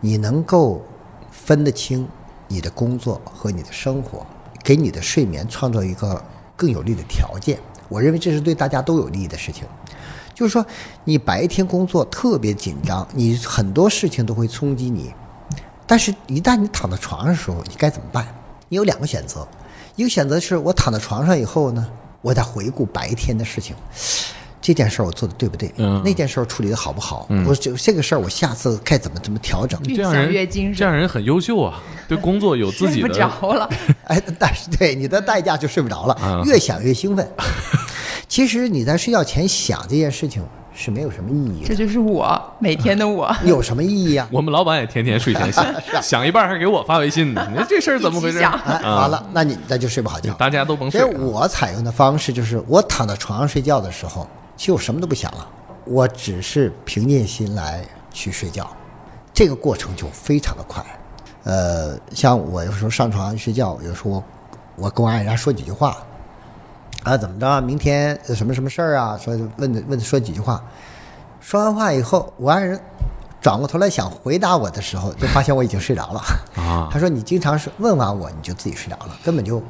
Speaker 2: 你能够分得清你的工作和你的生活，给你的睡眠创造一个更有利的条件。我认为这是对大家都有利的事情。就是说，你白天工作特别紧张，你很多事情都会冲击你，但是，一旦你躺到床上的时候，你该怎么办？你有两个选择，一个选择是我躺到床上以后呢，我再回顾白天的事情，这件事儿我做的对不对？
Speaker 1: 嗯
Speaker 2: 那件事儿处理的好不好？我这这个事儿我下次该怎么怎么调整？
Speaker 1: 这样
Speaker 3: 越想越精
Speaker 1: 人
Speaker 3: 神
Speaker 1: 这样人很优秀啊，对工作有自己
Speaker 3: 睡不
Speaker 1: 的。
Speaker 3: 着了，
Speaker 2: 哎，但是对你的代价就睡不着了
Speaker 1: 啊，
Speaker 2: 越想越兴奋。其实你在睡觉前想这件事情是没有什么意义
Speaker 3: 这
Speaker 2: 的，
Speaker 3: 就是我每天的我。
Speaker 2: 有什么意义啊？
Speaker 1: 我们老板也天天睡前 想，想一半还给我发微信呢。你说这事儿怎么回
Speaker 3: 啊一
Speaker 1: 事
Speaker 3: 起？想哎
Speaker 2: 哎，完了，那你那就睡不好觉。
Speaker 1: 大家都甭
Speaker 2: 所
Speaker 1: 睡
Speaker 2: 以
Speaker 1: 了。
Speaker 2: 我采用的方式就是，我躺在床上睡觉的时候，其实我什么都不想了，我只是平静心来去睡觉，这个过程就非常的快。呃，像我有时候上床睡觉，有时候我我跟我爱人说几句话，啊，怎么着啊？明天呃什么什么事儿啊？说问问说几句话，说完话以后，我爱人转过头来想回答我的时候，就发现我已经睡着了。
Speaker 1: 啊
Speaker 2: 他说你经常是问完我你就自己睡着了，根本就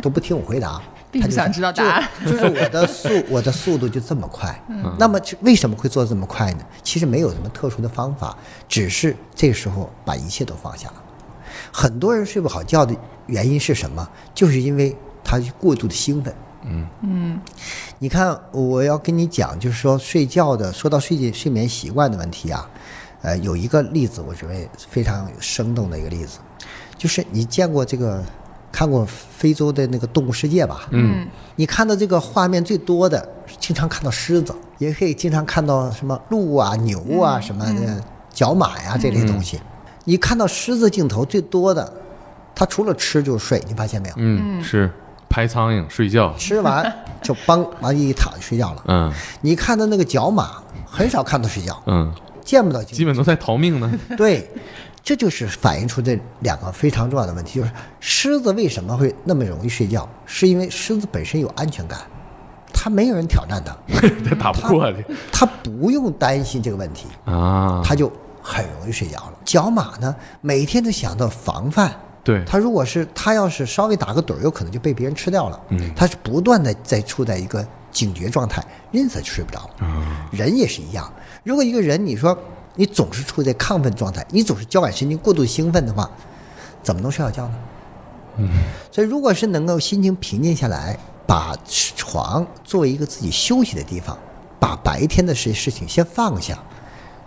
Speaker 2: 都不听我回答，
Speaker 3: 并不
Speaker 2: 他就
Speaker 3: 想知道答案嗯
Speaker 2: 就。就是我的 速我的速度就这么快。那么这为什么会做得这么快呢？其实没有什么特殊的方法，只是这时候把一切都放下了。很多人睡不好觉的原因是什么？就是因为他过度的兴奋。
Speaker 3: 嗯
Speaker 2: 你看，我要跟你讲，就是说睡觉的，说到睡觉睡眠习惯的问题啊，呃，有一个例子，我认为非常有生动的一个例子，就是你见过这个，看过非洲的那个动物世界吧？嗯，你看到这个画面最多的，经常看到狮子，也可以经常看到什么鹿啊、牛
Speaker 1: 嗯
Speaker 2: 啊、什么的角马呀、这类东西。你看到狮子镜头最多的，它除了吃就是睡，你发现没有？
Speaker 1: 嗯，是拍苍蝇睡觉。
Speaker 2: 吃完就梆往一躺就睡觉了。
Speaker 1: 嗯
Speaker 2: 你看到那个角马，很少看到睡觉，
Speaker 1: 嗯，
Speaker 2: 见不到
Speaker 1: 基
Speaker 2: 就
Speaker 1: 本都在逃命 呢。
Speaker 2: 对，这就是反映出这两个非常重要的问题，就是狮子为什么会那么容易睡觉，是因为狮子本身有安全感，它没有人挑战它，
Speaker 1: 他打不过去
Speaker 2: 它不用担心这个问题，
Speaker 1: 啊。
Speaker 2: 它就很容易睡着了。角马呢，每天都想到防范。
Speaker 1: 对
Speaker 2: 它如果是它要是稍微打个盹儿，有可能就被别人吃掉了。嗯，它是不断的在处在一个警觉状态，因此就睡不着。人也是一样，如果一个人你说你总是处在亢奋状态，你总是交感神经过度兴奋的话，怎么能睡好觉呢？嗯，所以如果是能够心情平静下来，把床作为一个自己休息的地方，把白天的事事情先放下，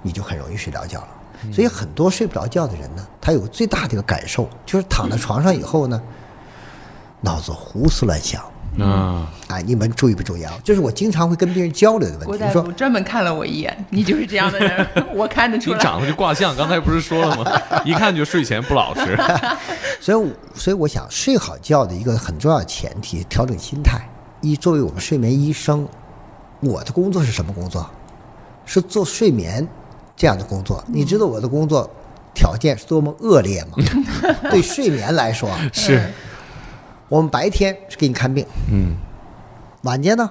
Speaker 2: 你就很容易睡着觉了。所以很多睡不着觉的人呢，他有个最大的一个感受就是躺在床上以后呢，脑子胡思乱想。
Speaker 1: 啊，
Speaker 2: 哎，你们注意不注意啊？这是我经常会跟别人交流的问
Speaker 3: 郭
Speaker 2: 题。
Speaker 3: 大
Speaker 2: 你说
Speaker 3: 夫专门看了我一眼，你就是这样的人，我看得 出
Speaker 1: 你
Speaker 3: 来。
Speaker 1: 长得就卦象，刚才不是说了 吗？一看就睡前不老实。
Speaker 2: 所以我，所以我想，睡好觉的一个很重要的前提，调整心态。一，作为我们睡眠医生，我的工作是什么工作？是做睡眠这样的工作。你知道我的工作条件是多么恶劣吗？对睡眠来说，啊
Speaker 1: 是，
Speaker 2: 我们白天是给你看病，
Speaker 1: 嗯，
Speaker 2: 晚间呢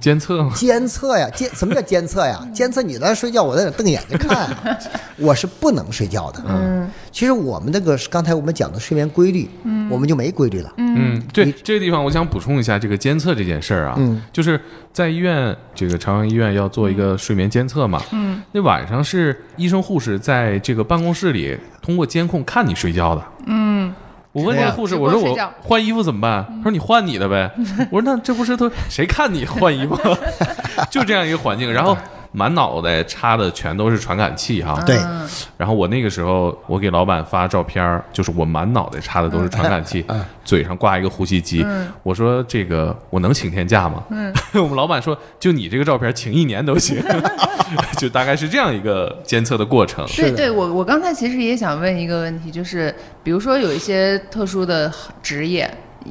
Speaker 1: 监测嘛，
Speaker 2: 监测呀， 监什么叫监测呀？监测你在那睡觉，我在那瞪眼睛看、啊，我是不能睡觉的。
Speaker 3: 嗯
Speaker 2: 其实我们那个刚才我们讲的睡眠规律，嗯，我们就没规律了。
Speaker 1: 嗯，对这个地方，我想补充一下这个监测这件事儿啊，
Speaker 2: 嗯
Speaker 1: 就是在医院这个朝阳医院要做一个睡眠监测嘛，
Speaker 3: 嗯，
Speaker 1: 那晚上是医生护士在这个办公室里通过监控看你睡觉的，
Speaker 3: 嗯，
Speaker 1: 我问那个护士，
Speaker 3: 直
Speaker 1: 我
Speaker 3: 播
Speaker 1: 说
Speaker 3: 睡
Speaker 1: 我
Speaker 3: 觉嗯
Speaker 1: 换衣服怎么办？他说你换你的 呗。我说那这不是都谁看你换衣服？ 就这样一个环境，然后满脑袋插的全都是传感器哈。
Speaker 2: 对
Speaker 3: 嗯
Speaker 1: 然后我那个时候，我给老板发照片儿，就是我满脑袋插的都是传感器，嘴上挂一个呼吸机。
Speaker 3: 哎嗯
Speaker 1: 我说这个我能请天假吗？
Speaker 3: 嗯
Speaker 1: 我们老板说，就你这个照片，请一年都 行。 就大概是这样一个监测的过程。
Speaker 2: 是
Speaker 3: 对
Speaker 2: 的
Speaker 3: 对，我我刚才其实也想问一个问题，就是比如说有一些特殊的职业，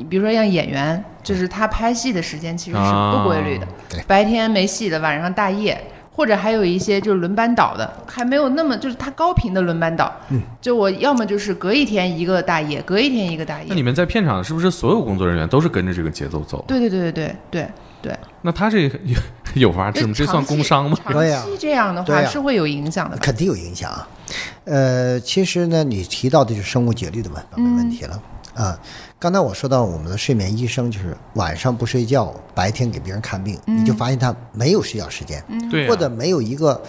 Speaker 3: 比如说像演员，就是他拍戏的时间其实是
Speaker 1: 啊
Speaker 3: 不规律的，
Speaker 2: 对
Speaker 3: 白天没戏的，晚上大夜。或者还有一些就是轮班倒的，还没有那么就是他高频的轮班倒，嗯、就我要么就是隔一天一个大夜，隔一天一个大夜
Speaker 1: 那，你们在片场是不是所有工作人员都是跟着这个节奏走？
Speaker 3: 对对对对对对对，
Speaker 1: 那他这个 有法治吗？这算工伤吗？
Speaker 3: 长
Speaker 2: 对呀
Speaker 3: 期这样的
Speaker 2: 对
Speaker 3: 话
Speaker 2: 呀
Speaker 3: 是会有影响的吧？
Speaker 2: 肯定有影响啊。呃，其实呢，你提到的就是生物节律的问方面问题了、啊。刚才我说到我们的睡眠医生，就是晚上不睡觉，白天给别人看病，你就发现他没有睡觉时间，
Speaker 1: 对啊
Speaker 2: 或者没有一个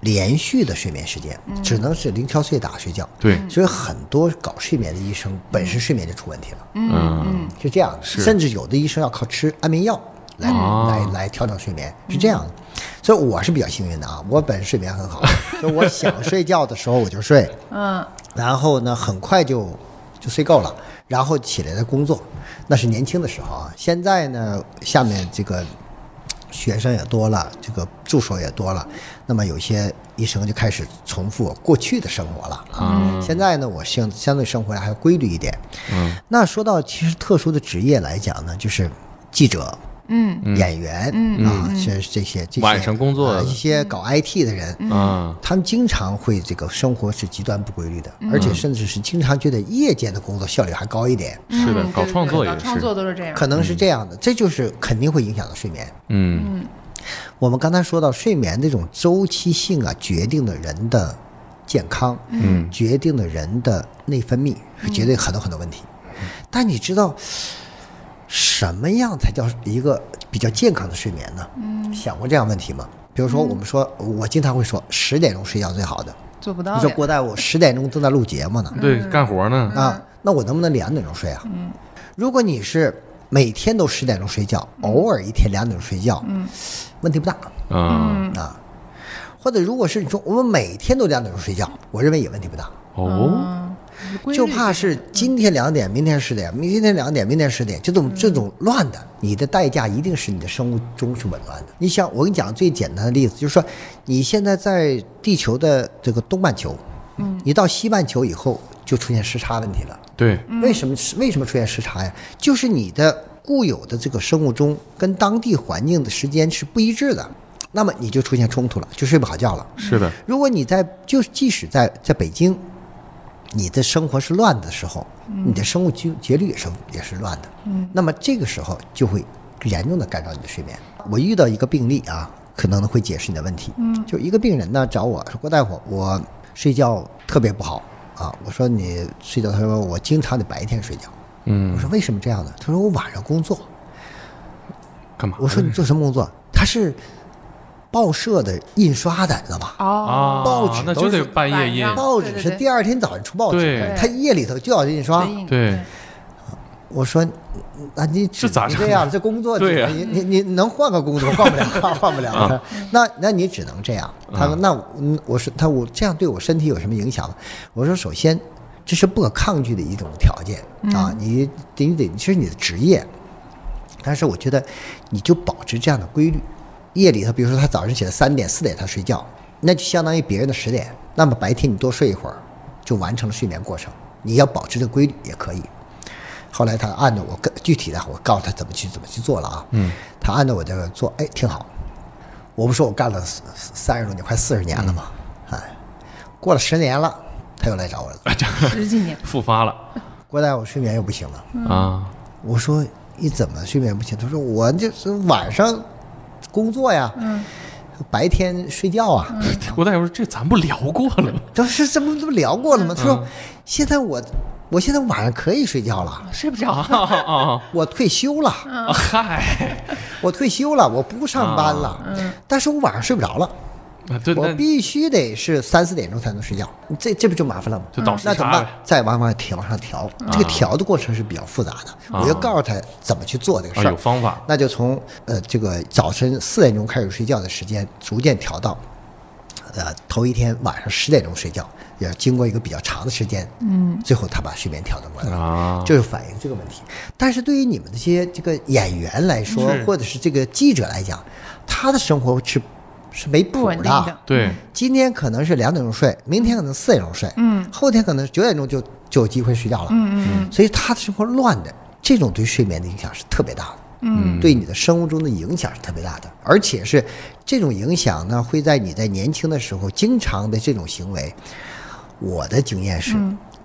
Speaker 2: 连续的睡眠时间，
Speaker 1: 嗯
Speaker 2: 只能是零敲碎打睡觉。
Speaker 1: 对，
Speaker 2: 所以很多搞睡眠的医生本身睡眠就出问题了，
Speaker 1: 嗯，
Speaker 2: 是这样的。
Speaker 1: 是
Speaker 2: 甚至有的医生要靠吃安眠药来、
Speaker 1: 哦
Speaker 2: 来来调整睡眠，是这样的。所以我是比较幸运的啊，我本身睡眠很好，就我想睡觉的时候我就睡，
Speaker 3: 嗯，
Speaker 2: 然后呢很快就就睡够了，然后起来再工作，那是年轻的时候啊。现在呢，下面这个学生也多了，这个助手也多了，那么有些医生就开始重复我过去的生活了啊。现在呢，我相相对生活还要规律一点。
Speaker 1: 嗯，
Speaker 2: 那说到其实特殊的职业来讲呢，就是记者。
Speaker 3: 嗯，
Speaker 2: 演员，嗯嗯啊，是这些这些
Speaker 1: 晚上工作
Speaker 2: 啊
Speaker 1: 的
Speaker 2: 一些搞 IT 的
Speaker 3: 嗯
Speaker 2: 人，
Speaker 1: 啊，
Speaker 2: 他们经常会这个生活是极端不规律的，而且甚至是经常觉得夜间的工作效率还高一点，
Speaker 1: 是的
Speaker 3: 嗯，
Speaker 1: 搞
Speaker 3: 对对
Speaker 1: 创
Speaker 3: 对
Speaker 1: 作
Speaker 3: 搞
Speaker 1: 也
Speaker 3: 创
Speaker 1: 是，
Speaker 3: 作都是这样，
Speaker 2: 可能是这样的，这就是肯定会影响到睡眠。
Speaker 1: 嗯
Speaker 2: 我们刚才说到睡眠这种周期性啊，决定了人的健康，
Speaker 1: 嗯，
Speaker 2: 决定了人的内分泌，是绝对很多很多问题。但你知道什么样才叫一个比较健康的睡眠呢？嗯，想过这样问题吗？比如说，我们说，我经常会说，十点钟睡觉最好的。
Speaker 3: 做不
Speaker 2: 你
Speaker 3: 到
Speaker 2: 说
Speaker 3: 的。
Speaker 2: 郭大夫十点钟正在录节目呢，
Speaker 3: 嗯
Speaker 1: 对，干活呢，
Speaker 2: 啊，那我能不能两点钟睡啊？如果你是每天都十点钟睡觉，偶尔一天两点钟睡觉，问题不大
Speaker 1: 啊，
Speaker 2: 啊。或者如果是你说我们每天都两点钟睡觉，我认为也问题不大，
Speaker 1: 哦，
Speaker 3: 嗯，规律
Speaker 2: 就怕是今天两点，明天十点，明天两点，明天十点，这种这种乱的，你的代价一定是你的生物钟是紊乱的。你想，我给你讲最简单的例子，就是说你现在在地球的这个东半球，嗯，你到西半球以后就出现时差问题了。
Speaker 1: 对，
Speaker 2: 为什么为什么出现时差呀？就是你的固有的这个生物钟跟当地环境的时间是不一致的，那么你就出现冲突了，就睡不好觉了。
Speaker 1: 是的，
Speaker 2: 如果你在就是即使在在北京，你的生活是乱的时候，你的生物节节律也是也是乱的。嗯，那么这个时候就会严重的干扰你的睡眠。我遇到一个病例啊，可能会解释你的问题。嗯，就一个病人呢找我说郭大夫，我睡觉特别不好啊。我说你睡觉，他说我经常得白天睡觉。
Speaker 1: 嗯
Speaker 2: 我，说为什么这样呢？他说我晚上工作。
Speaker 1: 干嘛呢？
Speaker 2: 我说你做什么工作？他是报社的印刷的，你知道吧？
Speaker 3: 哦，
Speaker 1: 啊，
Speaker 2: 报纸
Speaker 1: 那就
Speaker 2: 都是
Speaker 1: 得半夜
Speaker 3: 晚
Speaker 1: 印
Speaker 3: 上，
Speaker 2: 报纸
Speaker 3: 对对
Speaker 2: 是
Speaker 3: 对
Speaker 2: 第二天早上出报纸
Speaker 1: 对，
Speaker 2: 他夜里头就要印刷。
Speaker 3: 对
Speaker 1: 啊对，
Speaker 2: 我说，那你只
Speaker 1: 这咋
Speaker 2: 能
Speaker 1: 整
Speaker 2: 这样？这工作只
Speaker 1: 对呀啊
Speaker 2: 能你你你能换个工作，换不了， 换不了。那那你只能这样。他说，那我嗯我说他我这样对我身体有什么影响吗？我说，首先这是不可抗拒的一种条件啊，你得你得这是你的职业，但是我觉得你就保持这样的规律，夜里头，比如说他早上起来三点四点他睡觉，那就相当于别人的十点，那么白天你多睡一会儿，就完成了睡眠过程。你要保持这个规律也可以。后来他按照我跟具体的，我告诉他怎么去怎么去做了啊。嗯，他按照我这个做，哎，挺好。我不说我干了三十多年，快四十年了嘛，哎，过了十年了，他又来找我了，
Speaker 3: 十几年，
Speaker 1: 复发了
Speaker 2: 郭大夫，我睡眠又不行了。
Speaker 1: 啊，
Speaker 2: 我说你怎么睡眠不行？他说我就是晚上工作呀，白天睡觉啊。
Speaker 1: 郭大夫说这咱不聊过了吗？
Speaker 2: 当时这不这不聊过了吗？他说、现在我我现在晚上可以睡觉了，
Speaker 3: 睡不着。
Speaker 1: 啊啊
Speaker 2: 我退休了，
Speaker 1: 啊！嗨，
Speaker 2: 我退休了，我不上班了，但是我晚上睡不着了。
Speaker 1: 啊对，
Speaker 2: 我
Speaker 1: 啊那啊
Speaker 2: 必须得是三四点钟才能睡觉，这这不就麻烦了吗？
Speaker 1: 就倒时差
Speaker 2: 那怎么办
Speaker 1: 呗？
Speaker 2: 再往往调往上调，这个调的过程是比较复杂的。
Speaker 1: 啊
Speaker 2: 我要告诉他怎么去做这个事
Speaker 1: 啊
Speaker 2: 儿
Speaker 1: 有，方法
Speaker 2: 那就从呃这个早晨四点钟开始睡觉的时间，逐渐调到呃头一天晚上十点钟睡觉，也经过一个比较长的时间，嗯，最后他把睡眠调整过来了。
Speaker 1: 啊，
Speaker 2: 嗯就是反映这个问题。但是对于你们这些这个演员来说
Speaker 1: 是，
Speaker 2: 或者是这个记者来讲，他的生活是是没
Speaker 3: 不
Speaker 2: 谱
Speaker 3: 稳定的，
Speaker 1: 对，
Speaker 2: 今天可能是两点钟睡，明天可能四点钟睡，嗯，后天可能九点钟就就有机会睡觉了，嗯嗯嗯，所以他的生活乱的，这种对睡眠的影响是特别大的，嗯，对你的生物钟的影响是特别大的，而且是这种影响呢，会在你在年轻的时候经常的这种行为，我的经验是，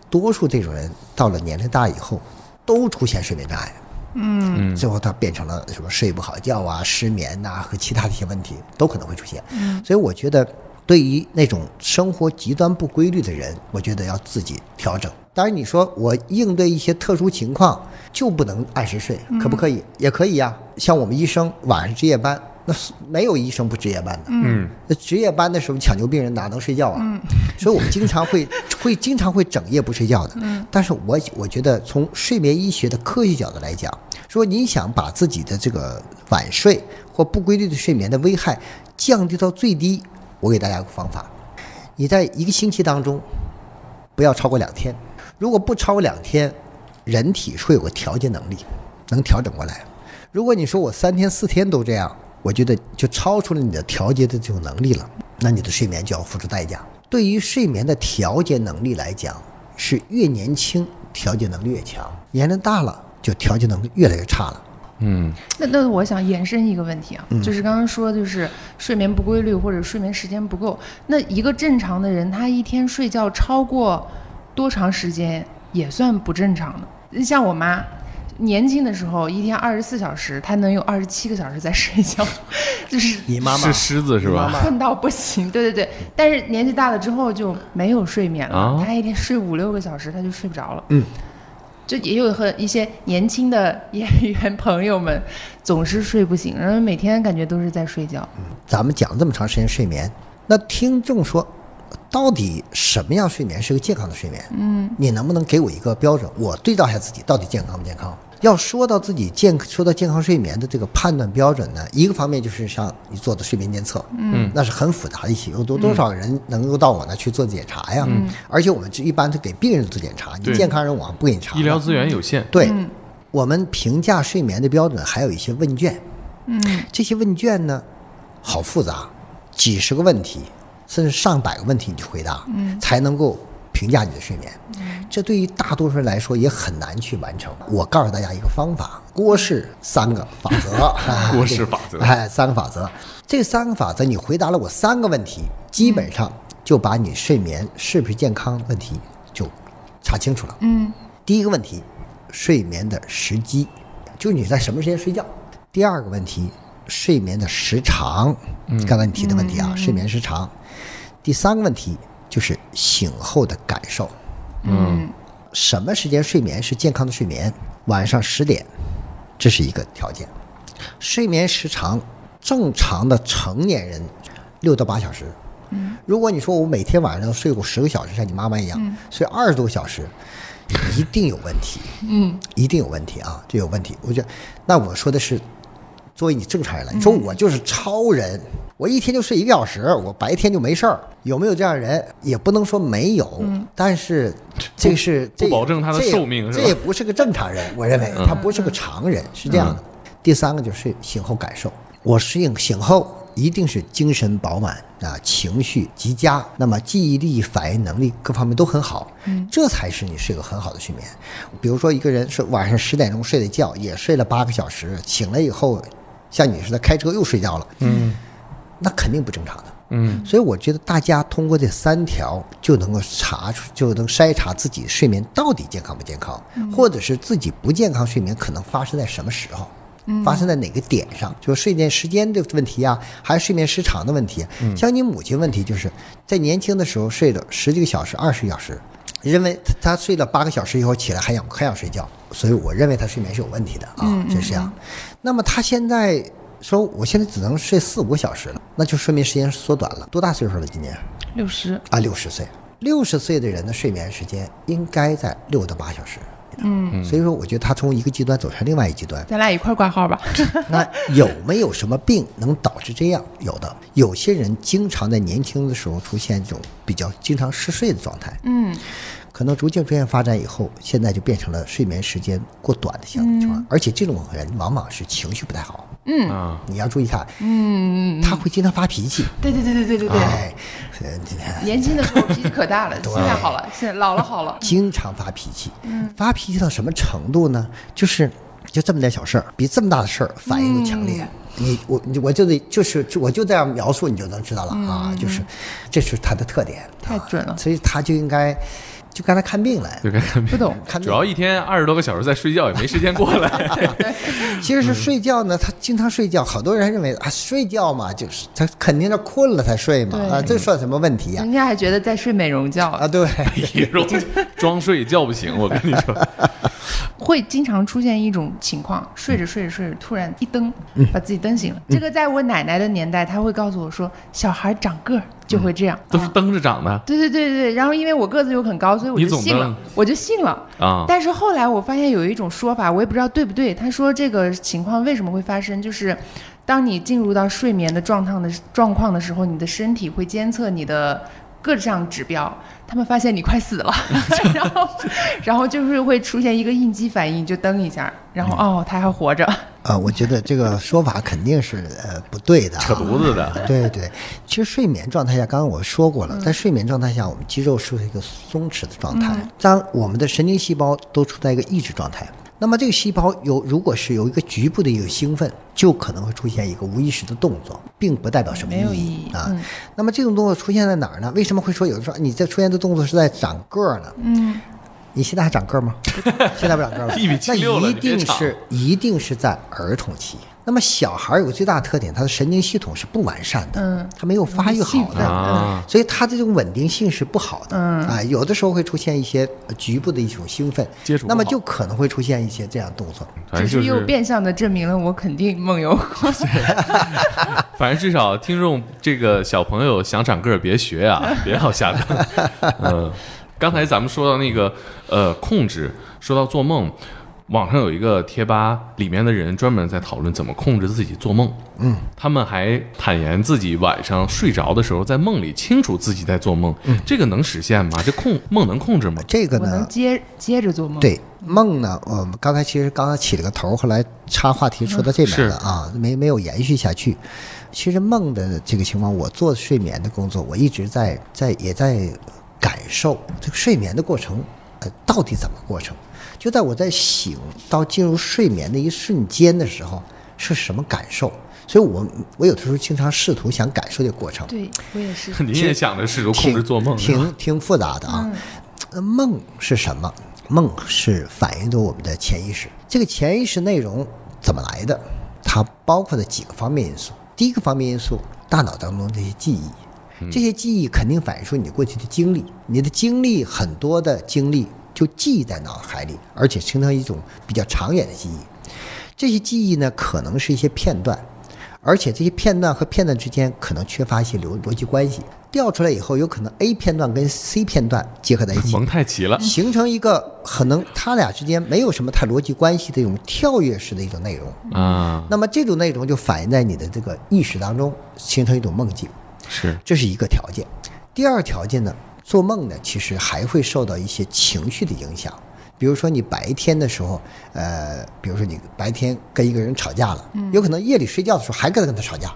Speaker 2: 多数这种人到了年龄大以后，都出现睡眠障碍。
Speaker 1: 嗯
Speaker 2: 最后他变成了什么睡不好觉啊、失眠呐、和其他的一些问题都可能会出现。所以我觉得对于那种生活极端不规律的人，我觉得要自己调整。当然，你说我应对一些特殊情况就不能按时睡，可不可以？也可以呀、像我们医生晚上值夜班，那是没有医生不值夜班的。
Speaker 1: 嗯，
Speaker 2: 那值夜班的时候抢救病人哪能睡觉啊？所以我们经常会会经常会整夜不睡觉的。但是我我觉得从睡眠医学的科学角度来讲，说你想把自己的这个晚睡或不规律的睡眠的危害降低到最低，我给大家一个方法，你在一个星期当中不要超过两天，如果不超过两天，人体会有个调节能力，能调整过来。如果你说我三天四天都这样，我觉得就超出了你的调节的这种能力了，那你的睡眠就要付出代价。对于睡眠的调节能力来讲，是越年轻调节能力越强，年龄大了就调节能力越来越差了。
Speaker 1: 嗯，
Speaker 3: 那那我想延伸一个问题啊，
Speaker 2: 嗯
Speaker 3: 就是刚刚说就是睡眠不规律或者睡眠时间不够，那一个正常的人他一天睡觉超过多长时间也算不正常的？像我妈。年轻的时候，一天二十四小时，她能有二十七个小时在睡觉， 就是
Speaker 2: 你妈妈
Speaker 1: 是狮子是
Speaker 2: 啊
Speaker 1: 吧？
Speaker 3: 困到不行。对对对，但是年纪大了之后就没有睡眠了，
Speaker 1: 啊
Speaker 3: 她一天睡五六个小时，她就睡不着了。
Speaker 2: 嗯，
Speaker 3: 就也有和一些年轻的演员朋友们总是睡不醒，然后每天感觉都是在睡觉。
Speaker 2: 咱们讲了这么长时间睡眠，那听众说，到底什么样睡眠是个健康的睡眠？嗯，你能不能给我一个标准？我对照一下自己到底健康不健康？要说到自己健，说到健康睡眠的这个判断标准呢，一个方面就是像你做的睡眠监测，嗯，那是很复杂的一些，有多多少人能够到我那去做检查呀？嗯，而且我们这一般是给病人做检查，你
Speaker 1: 对
Speaker 2: 健康人我还不给你查呢，
Speaker 1: 医疗资源有限，
Speaker 2: 对，我们评价睡眠的标准还有一些问卷，嗯，这些问卷呢，好复杂，几十个问题，甚至上百个问题你去回答，嗯，才能够评价你的睡眠。这对于大多数人来说也很难去完成。我告诉大家一个方法，郭氏三个法 则，哎
Speaker 1: 郭氏法则
Speaker 2: 哎，三个法则，这三个法则你回答了我三个问题，基本上就把你睡眠是不是健康问题就查清楚了。嗯，第一个问题，睡眠的时机，就是你在什么时间睡觉。第二个问题，睡眠的时长，刚才你提的问题啊，睡眠时长。第三个问题就是醒后的感受。
Speaker 1: 嗯
Speaker 2: 什么时间睡眠是健康的睡眠？晚上十点，这是一个条件。睡眠时长，正常的成年人六到八小时。如果你说我每天晚上要睡够十个小时，像你妈妈一样、睡二十多个小时，一定有问题。嗯，一定有问题啊，这有问题。我觉得，那我说的是，作为你正常人来，你说我就是超人，我一天就睡一个小时，我白天就没事儿，有没有这样的人？也不能说没有，但是这是
Speaker 1: 不
Speaker 2: 这
Speaker 1: 保证他的
Speaker 2: 这也
Speaker 1: 寿命是吧
Speaker 2: 这也不是个正常人，我认为他不是个常人，是这样的。第三个就是醒后感受，我适应醒后一定是精神饱满啊，情绪极佳，那么记忆力、反应能力各方面都很好，这才是你是一个很好的睡眠。比如说一个人是晚上十点钟睡的觉，也睡了八个小时，醒了以后，像你似的开车又睡觉了，嗯，那肯定不正常的。
Speaker 4: 嗯
Speaker 2: 所以我觉得大家通过这三条就能够查出，就能筛查自己睡眠到底健康不健康，或者是自己不健康睡眠可能发生在什么时候。发生在哪个点上？就是睡眠时间的问题啊，还是睡眠时长的问题啊？像你母亲问题，就是在年轻的时候睡了十几个小时、二十个小时，认为她她睡了八个小时以后起来还想还想睡觉，所以我认为她睡眠是有问题的啊，就是这样。那么她现在说我现在只能睡四五个小时了，那就睡眠时间缩短了。多大岁数了？今年
Speaker 3: 六十，
Speaker 2: 啊，六十岁。六十岁的人的睡眠时间应该在六到八小时。嗯，所以说我觉得他从一个极端走向另外一极 端。
Speaker 3: 咱俩一块儿挂号吧。
Speaker 2: 那有没有什么病能导致这样？有的，有些人经常在年轻的时候出现这种比较经常嗜睡的状态，
Speaker 3: 嗯，
Speaker 2: 可能逐渐逐渐发展以后，现在就变成了睡眠时间过短的相情况，而且这种人往往是情绪不太好，
Speaker 4: 啊，
Speaker 2: 你要注意看，嗯，他会经常发脾气，
Speaker 3: 对对对对对对对。
Speaker 2: 哎，呃今天
Speaker 3: 年轻的时候脾气可 大了，现在好了，现在老了好了。
Speaker 2: 经常发脾气，发脾气到什么程度呢？就是就这么点小事儿，比这么大的事儿反应都强烈。
Speaker 3: 嗯
Speaker 2: 你我你我就得就是就我就这样描述，你就能知道了啊，就是这是他的特点，
Speaker 3: 嗯
Speaker 2: 啊
Speaker 3: 太准了
Speaker 2: 所以他就应该就刚才看病来，
Speaker 1: 就该看病
Speaker 3: 不懂，
Speaker 2: 看
Speaker 1: 主
Speaker 2: 病。
Speaker 1: 要一天二十多个小时在睡觉，也没时间过来。
Speaker 2: 其
Speaker 1: 嗯
Speaker 2: 实是睡觉呢，他经常睡觉，好多人还认为啊睡觉嘛，就是他肯定是困了才睡嘛，
Speaker 3: 对嗯
Speaker 2: 啊这算什么问题呀
Speaker 3: 人？家还觉得在睡美容觉，
Speaker 2: 啊对，
Speaker 1: 比如装睡叫不醒，我跟你说，
Speaker 3: 会经常出现一种情况，睡
Speaker 1: 嗯
Speaker 3: 着睡着睡着，突然一蹬，把自己蹬醒了。这个在我奶奶的年代，她会告诉我说，小孩长个儿就会这样。
Speaker 1: 都是
Speaker 3: 啊
Speaker 1: 蹬着长的
Speaker 3: 对对对对，然后因为我个子又很高，所以我
Speaker 1: 你
Speaker 3: 就
Speaker 1: 总
Speaker 3: 信
Speaker 1: 蹬
Speaker 3: 了，我就信了。
Speaker 1: 啊。
Speaker 3: 但是后来我发现有一种说法，我也不知道对不对。他说这个情况为什么会发生，就是当你进入到睡眠的状况的状况的时候，你的身体会监测你的各项指标，他们发现你快死 了，然后然后就是会出现一个应激反应，就蹬一下，然后哦他还活着，
Speaker 2: 啊我觉得这个说法肯定是呃不对的啊，
Speaker 1: 扯犊子的，
Speaker 2: 对对，其实睡眠状态下，刚刚我说过了，
Speaker 3: 嗯
Speaker 2: 在睡眠状态下，我们肌肉是一个松弛的状态，
Speaker 3: 嗯
Speaker 2: 当我们的神经细胞都处在一个抑制状态。那么这个细胞有，如果是有一个局部的一个兴奋，就可能会出现一个无意识的动作，并不代表什么
Speaker 3: 没有
Speaker 2: 意
Speaker 3: 意义
Speaker 2: 啊。
Speaker 3: 嗯
Speaker 2: 那么这种动作出现在哪儿呢？为什么会说有的时候你在出现的动作是在长个儿呢？
Speaker 3: 嗯，
Speaker 2: 你现在还长个儿 吗？现在不长个儿了，
Speaker 1: 一米七六了
Speaker 2: 那
Speaker 1: 你
Speaker 2: 一
Speaker 1: 别
Speaker 2: 定
Speaker 1: 长
Speaker 2: 是一定是在儿童期。那么小孩儿有个最大的特点，他的神经系统是不完善的，
Speaker 3: 嗯
Speaker 2: 他没有发育好的，
Speaker 1: 啊
Speaker 2: 所以他这种稳定性是不好的，
Speaker 3: 嗯
Speaker 2: 啊，有的时候会出现一些呃局部的一种兴奋
Speaker 1: 接触不
Speaker 2: 那么
Speaker 1: 好
Speaker 2: 就可能会出现一些这样的动作。
Speaker 1: 反正
Speaker 3: 只
Speaker 1: 就是
Speaker 3: 又
Speaker 1: 是，
Speaker 3: 变相的证明了我肯定梦游过，
Speaker 1: 反正至少听众这个小朋友想长个儿别学啊，别老瞎干。嗯，刚才咱们说到那个呃控制，说到做梦，网上有一个贴吧，里面的人专门在讨论怎么控制自己做梦。嗯，他们还坦言自己晚上睡着的时候在梦里清楚自己在做梦，
Speaker 2: 嗯
Speaker 1: 这个能实现吗？这控梦能控制吗？
Speaker 2: 这个
Speaker 3: 我能
Speaker 2: 呢，
Speaker 3: 接接着做
Speaker 1: 嗯
Speaker 3: 梦。，
Speaker 2: 对梦呢，我们刚才其实刚刚起了个头，后来插话题说到这边了啊，没没有延续下去。其实梦的这个情况，我做睡眠的工作，我一直在在也在感受这个睡眠的过程，呃，到底怎么过程？就在我在醒到进入睡眠的一瞬间的时候，是什么感受？所以我我有的时候经常试图想感受这个过程，
Speaker 3: 对我 也是。嗯
Speaker 1: 你也想着试图控
Speaker 2: 挺
Speaker 1: 制做梦是吧
Speaker 2: 嗯挺挺复杂的啊。呃梦是什么？梦是反映着我们的潜意识。这个潜意识内容怎么来的？它包括的几个方面因素。第一个方面因素，大脑当中这些记忆，这些记忆肯定反映出你过去的经历。你的经历很多的经历就记忆在脑海里，而且形成一种比较长远的记忆。这些记忆呢，可能是一些片段，而且这些片段和片段之间可能缺乏一些逻逻辑关系。调出来以后，有可能 A 片段跟 C 片段结合在一起，
Speaker 1: 蒙太奇了，
Speaker 2: 形成一个可能它俩之间没有什么太逻辑关系的一种跳跃式的一种内容。
Speaker 1: 啊，
Speaker 2: 那么这种内容就反映在你的这个意识当中，形成一种梦境。
Speaker 1: 是
Speaker 2: 这是一个条件。第二条件呢，做梦呢，其实还会受到一些情绪的影响。比如说你白天的时候，呃，比如说你白天跟一个人吵架了，有可能夜里睡觉的时候还跟他跟他吵架，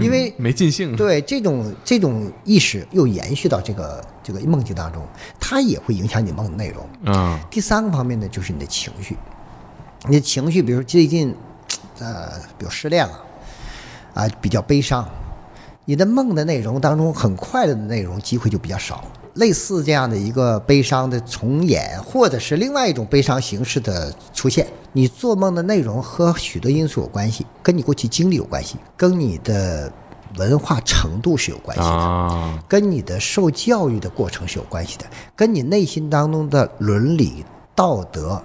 Speaker 2: 因为
Speaker 1: 没尽兴。
Speaker 2: 哎对这种这种意识又延续到这个这个梦境当中，它也会影响你梦的内容。
Speaker 1: 啊，
Speaker 2: 第三个方面呢，就是你的情绪，你的情绪，比如最近，呃，比如失恋了，啊、比较悲伤，你的梦的内容当中，很快乐的内容机会就比较少。类似这样的一个悲伤的重演，或者是另外一种悲伤形式的出现，你做梦的内容和许多因素有关系，跟你过去经历有关系，跟你的文化程度是有关系的。
Speaker 1: 啊，
Speaker 2: 跟你的受教育的过程是有关系的，跟你内心当中的伦理、道德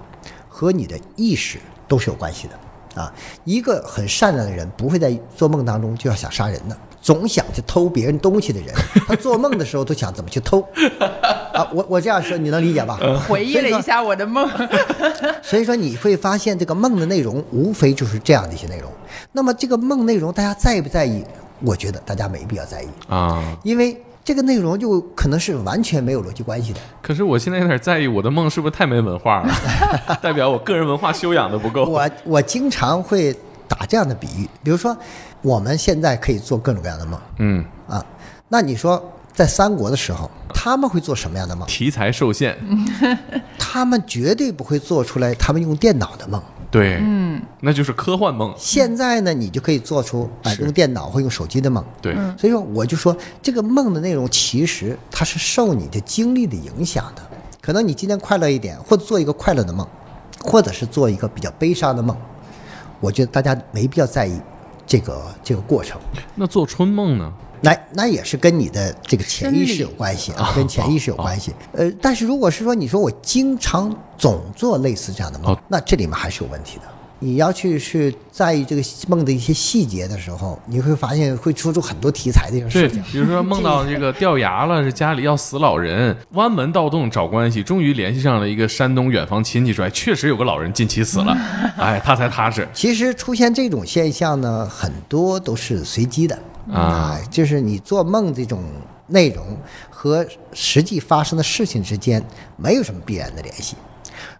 Speaker 2: 和你的意识都是有关系的啊。一个很善良的人，不会在做梦当中就要想杀人的，总想去偷别人东西的人，他做梦的时候都想怎么去偷啊。我我这样说你能理解吧？
Speaker 3: 呃回忆了一下我的 梦，
Speaker 2: 所以说你会发现这个梦的内容无非就是这样的一些内容。那么这个梦内容大家在不在意？我觉得大家没必要在意。
Speaker 1: 啊！
Speaker 2: 因为这个内容就可能是完全没有逻辑关系的。
Speaker 1: 可是我现在有点在意我的梦是不是太没文化 了，代表我个人文化修养的不够。
Speaker 2: 我我经常会打这样的比喻，比如说我们现在可以做各种各样的梦
Speaker 1: 嗯，
Speaker 2: 啊，那你说在三国的时候，他们会做什么样的梦？
Speaker 1: 题材受限，
Speaker 2: 他们绝对不会做出来他们用电脑的梦。
Speaker 1: 对，嗯，那就是科幻梦，
Speaker 2: 现在呢，你就可以做出啊
Speaker 1: 是
Speaker 2: 用电脑或用手机的梦。
Speaker 1: 对，
Speaker 2: 所以说，我就说这个梦的内容其实它是受你的经历的影响的。可能你今天快乐一点，或者做一个快乐的梦，或者是做一个比较悲伤的梦，我觉得大家没必要在意这个这个过程。
Speaker 1: 那做春梦呢？
Speaker 2: 那那也是跟你的这个潜意识有
Speaker 3: 生理
Speaker 2: 关系啊，跟潜意识有关系。呃，但是如果是说你说我经常总做类似这样的梦
Speaker 1: 哦，
Speaker 2: 那这里面还是有问题的。你要去是在意这个梦的一些细节的时候，你会发现会说出很多题材的一个
Speaker 1: 对，
Speaker 2: 事情。
Speaker 1: 比如说梦到这个掉牙了，是家里要死老人，弯门盗洞找关系，终于联系上了一个山东远房亲戚，说哎，确实有个老人近期 死了，哎，他才踏实。
Speaker 2: 其实出现这种现象呢，很多都是随机的
Speaker 1: 啊，
Speaker 2: 就是你做梦这种内容和实际发生的事情之间没有什么必然的联系。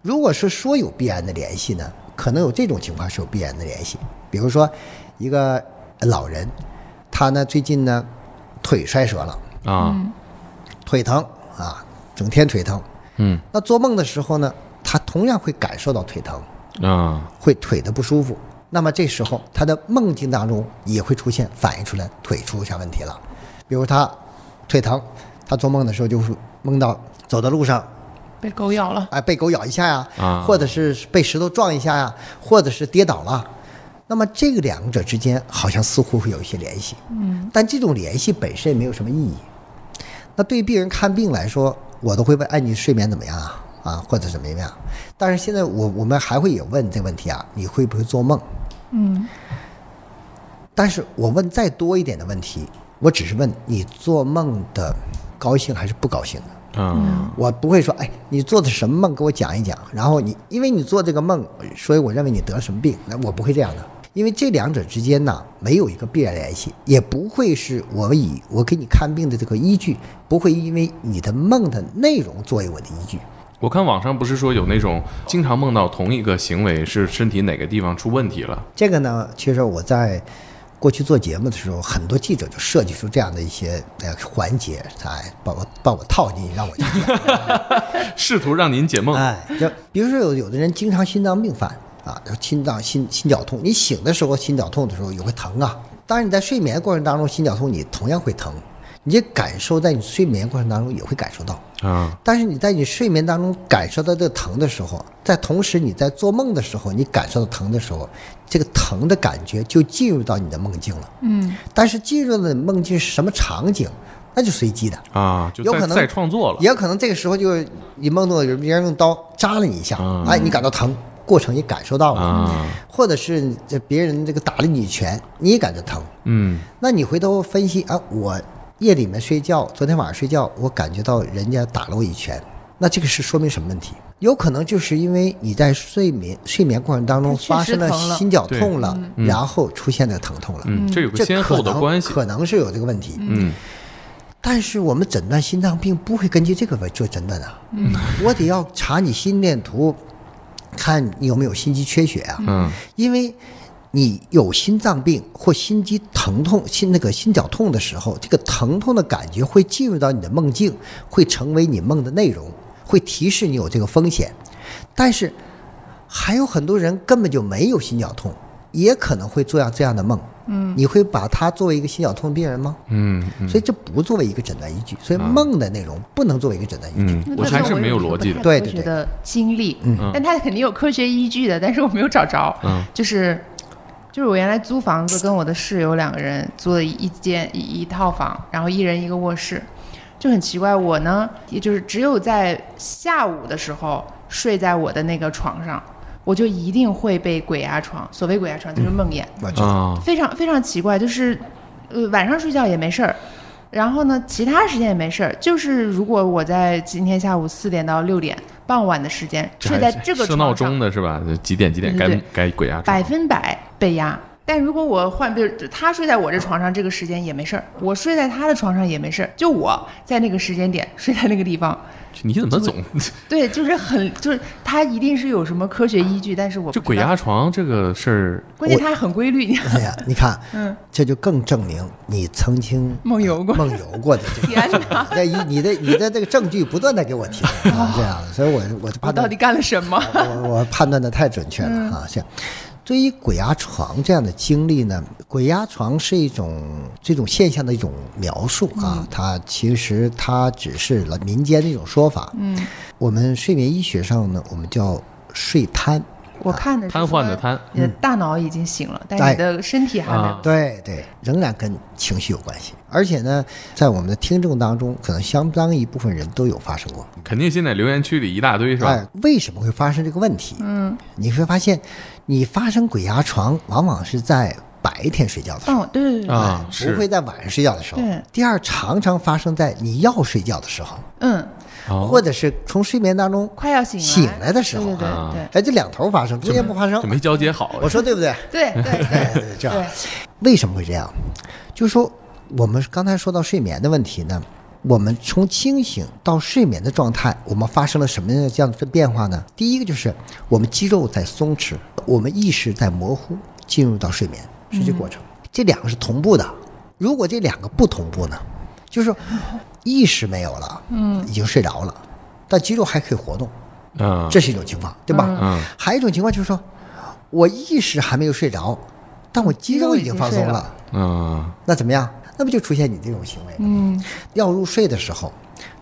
Speaker 2: 如果是说有必然的联系呢，可能有这种情况是有必然的联系，比如说一个老人，他呢最近呢腿摔折了，
Speaker 1: 啊，
Speaker 2: 腿疼啊，整天腿疼。
Speaker 1: 嗯
Speaker 2: 那做梦的时候呢，他同样会感受到腿疼。
Speaker 1: 啊，
Speaker 2: 会腿的不舒服。那么这时候他的梦境当中也会出现反映出来腿出现问题了，比如他腿疼，他做梦的时候就会梦到走在路上，
Speaker 3: 被狗咬了。
Speaker 2: 哎，被狗咬一下呀，
Speaker 1: 啊
Speaker 2: 或者是被石头撞一下呀，或者是跌倒了。那么这个两者之间好像似乎会有一些联系，嗯，但这种联系本身也没有什么意义。那对于病人看病来说，我都会问：哎，你睡眠怎么样啊？啊，或者怎么样？但是现在我我们还会有问这个问题啊，你会不会做梦？
Speaker 3: 嗯，
Speaker 2: 但是我问再多一点的问题，我只是问你做梦的高兴还是不高兴的。
Speaker 1: 嗯，
Speaker 2: 我不会说，哎，你做的什么梦？给我讲一讲。然后你，因为你做这个梦，所以我认为你得了什么病。那我不会这样的，因为这两者之间呢，没有一个必然联系，也不会是我以我给你看病的这个依据，不会因为你的梦的内容作为我的依据。
Speaker 1: 我看网上不是说有那种经常梦到同一个行为是身体哪个地方出问题了，
Speaker 2: 这个呢，其实我在过去做节目的时候，很多记者就设计出这样的一些呃环节，哎，把我把我套进去，让我去讲。
Speaker 1: 试图让您解梦。
Speaker 2: 哎，就比如说有有的人经常心脏病犯啊，就心脏心心绞痛，你醒的时候心绞痛的时候也会疼啊。当然你在睡眠过程当中心绞痛，你同样会疼，你这感受在你睡眠过程当中也会感受到。
Speaker 1: 啊，
Speaker 2: 但是你在你睡眠当中感受到这个疼的时候，在同时你在做梦的时候，你感受到疼的时候，这个疼的感觉就进入到你的梦境了。嗯，但是进入了梦境是什么场景，那就随机的。
Speaker 1: 啊，就
Speaker 2: 有
Speaker 1: 再
Speaker 2: 可能
Speaker 1: 再创作了
Speaker 2: 也有可能这个时候就是你梦到有人别人用刀扎了你一下，
Speaker 1: 嗯
Speaker 2: 哎，你感到疼，过程也感受到了，
Speaker 1: 啊，
Speaker 2: 或者是这别人这个打了你一拳，你也感觉疼。
Speaker 1: 嗯
Speaker 2: 那你回头分析啊，我夜里面睡觉，昨天晚上睡觉，我感觉到人家打了我一拳，那这个是说明什么问题？有可能就是因为你在睡眠睡眠过程当中
Speaker 3: 它确
Speaker 2: 发生
Speaker 3: 实
Speaker 2: 了
Speaker 3: 疼了
Speaker 2: 心绞痛了，
Speaker 1: 嗯
Speaker 2: 然后出现的疼痛了，
Speaker 1: 嗯，这有个
Speaker 2: 这
Speaker 1: 先
Speaker 2: 可
Speaker 1: 后的
Speaker 2: 能
Speaker 1: 关系。
Speaker 2: 可能是有这个问题。
Speaker 1: 嗯，
Speaker 2: 但是我们诊断心脏病不会根据这个做诊断啊，嗯，我得要查你心电图，看你有没有心肌缺血啊，
Speaker 1: 嗯，
Speaker 2: 因为你有心脏病或心肌疼痛、心那个心绞痛的时候，这个疼痛的感觉会进入到你的梦境，会成为你梦的内容，会提示你有这个风险，但是还有很多人根本就没有心绞痛，也可能会做样这样的梦，嗯，你会把它作为一个心绞痛病人吗？
Speaker 1: 嗯嗯啊
Speaker 2: 所以这不作为一个诊断依据，所以梦的内容不能作为一个诊断依据。
Speaker 1: 嗯，我还是没有逻辑的。
Speaker 2: 对
Speaker 3: 科
Speaker 2: 对
Speaker 3: 学
Speaker 2: 对
Speaker 3: 的经历，
Speaker 1: 嗯
Speaker 3: 但它肯定有科学依据的，但是我没有找着。
Speaker 1: 嗯
Speaker 3: 就是就是我原来租房子，跟我的室友两个人租了一间一一套房，然后一人一个卧室，就很奇怪。我呢，也就是只有在下午的时候睡在我的那个床上，我就一定会被鬼压床。所谓鬼压床，就是
Speaker 2: 嗯
Speaker 3: 梦魇。
Speaker 2: 我知道
Speaker 1: 啊，
Speaker 3: 非常非常奇怪，就是呃晚上睡觉也没事儿，然后呢其他时间也没事儿，就是如果我在今天下午四点到六点傍晚的时间睡在这
Speaker 1: 设
Speaker 3: 个床
Speaker 1: 闹
Speaker 3: 上
Speaker 1: 钟，的是吧？就几点几点该
Speaker 3: 对对
Speaker 1: 该鬼压
Speaker 3: 百
Speaker 1: 床？
Speaker 3: 分百被压。但如果我换，比如他睡在我这床上，这个时间也没事儿；我睡在他的床上也没事儿。就我在那个时间点 睡在那个地方，
Speaker 1: 你怎么总
Speaker 3: 对，就是很就是他一定是有什么科学依据，但是 我
Speaker 1: 这
Speaker 3: 不知
Speaker 1: 鬼
Speaker 3: 道，
Speaker 1: 压床这个事儿？
Speaker 3: 关键他还很规律，你
Speaker 2: 哎呀，你看，
Speaker 3: 嗯，
Speaker 2: 这就更证明你曾经
Speaker 3: 梦游过。
Speaker 2: 梦游过的这个。
Speaker 3: 天哪， 哦
Speaker 2: 那一你的你的这个证据不断的给我 提，啊这样，所以我我就
Speaker 3: 我
Speaker 2: 判
Speaker 3: 到嗯
Speaker 2: 断
Speaker 3: 底干了什么？
Speaker 2: 我我判断的太准确了啊！是，对于鬼压床这样的经历呢，鬼压床是一种这种现象的一种描述啊，
Speaker 3: 嗯
Speaker 2: 它其实它只是了民间的一种说法。
Speaker 3: 嗯，
Speaker 2: 我们睡眠医学上呢，我们叫睡瘫。
Speaker 3: 我看的是
Speaker 1: 瘫痪的
Speaker 3: 说
Speaker 1: 瘫
Speaker 3: 你的呃大脑已经醒了，但是
Speaker 2: 哎
Speaker 3: 你的身体还没有
Speaker 1: 啊。
Speaker 2: 对对，仍然跟情绪有关系，而且呢，在我们的听众当中，可能相当一部分人都有发生过。
Speaker 1: 肯定现在留言区里一大堆是吧
Speaker 2: 哎？，为什么会发生这个问题？
Speaker 3: 嗯，
Speaker 2: 你会发现，你发生鬼压床，往往是在白天睡觉的时候，
Speaker 3: 哦，对对对对，
Speaker 1: 啊，
Speaker 2: 哎不会
Speaker 1: 是
Speaker 2: 在晚上睡觉的时候
Speaker 3: 对。
Speaker 2: 第二，常常发生在你要睡觉的时候，
Speaker 3: 嗯，
Speaker 1: 哦
Speaker 2: 或者是从睡眠当中
Speaker 3: 快要醒
Speaker 2: 醒
Speaker 3: 来
Speaker 2: 来的时
Speaker 3: 对
Speaker 2: 候，
Speaker 1: 啊
Speaker 3: 对对
Speaker 2: 哎，这两头发生，中间不发生
Speaker 1: 就，没交接好。
Speaker 2: 我说对不对？
Speaker 3: 对 对对对
Speaker 2: 哎，对这
Speaker 3: 对
Speaker 2: 样，为什么会这样？就是说，我们刚才说到睡眠的问题呢，我们从清醒到睡眠的状态，我们发生了什么样的这样的变化呢？第一个就是我们肌肉在松弛，我们意识在模糊，进入到睡眠是这过程。这两个是同步的，如果这两个不同步呢，就是说意识没有了，嗯，已经睡着了，但肌肉还可以活动，
Speaker 1: 嗯，
Speaker 2: 这是一种情况，对吧？
Speaker 1: 嗯
Speaker 2: 还有一种情况就是说，我意识还没有睡着，但我肌肉已经放松
Speaker 3: 肌肉
Speaker 2: 了，
Speaker 3: 已经睡了
Speaker 1: 嗯
Speaker 2: 那怎么样？那不就出现你这种行为？
Speaker 3: 嗯，
Speaker 2: 要入睡的时候，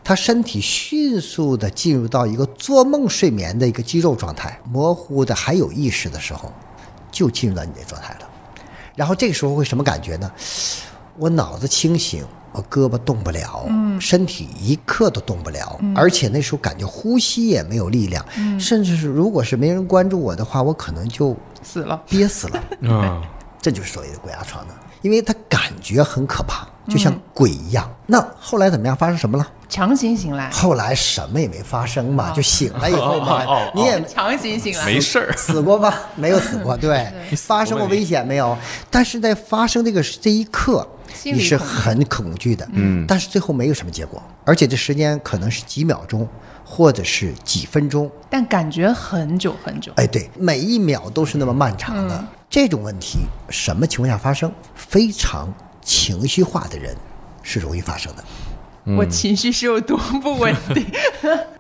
Speaker 2: 他身体迅速的进入到一个做梦睡眠的一个肌肉状态，模糊的还有意识的时候，就进入到你的状态了。然后这个时候会什么感觉呢？我脑子清醒，我胳膊动不了，身体一刻都动不了，而且那时候感觉呼吸也没有力量，甚至是如果是没人关注我的话，我可能就
Speaker 3: 死了。
Speaker 2: 憋死了。
Speaker 1: 嗯，
Speaker 3: 啊
Speaker 2: 这就是所谓的鬼压床的，因为他感觉很可怕，就像鬼一样。那后来怎么样？发生什么了？
Speaker 3: 强行醒来，
Speaker 2: 后来什么也没发生嘛，
Speaker 3: 哦
Speaker 2: 就醒了以后嘛，
Speaker 1: 哦哦哦
Speaker 2: 你也
Speaker 3: 强行醒来，
Speaker 1: 没事儿。
Speaker 2: 死过吗？没有死过，对，发生过危险没有？但是在发生这个这一刻，
Speaker 3: 心里
Speaker 2: 你是
Speaker 3: 恐惧
Speaker 2: 很恐惧的，嗯，但是最后没有什么结果，而且这时间可能是几秒钟，或者是几分钟，
Speaker 3: 但感觉很久很久。
Speaker 2: 哎，对，每一秒都是那么漫长
Speaker 3: 嗯
Speaker 2: 的。这种问题什么情况下发生？非常情绪化的人是容易发生的，
Speaker 1: 嗯
Speaker 3: 我情绪是有多不稳 定？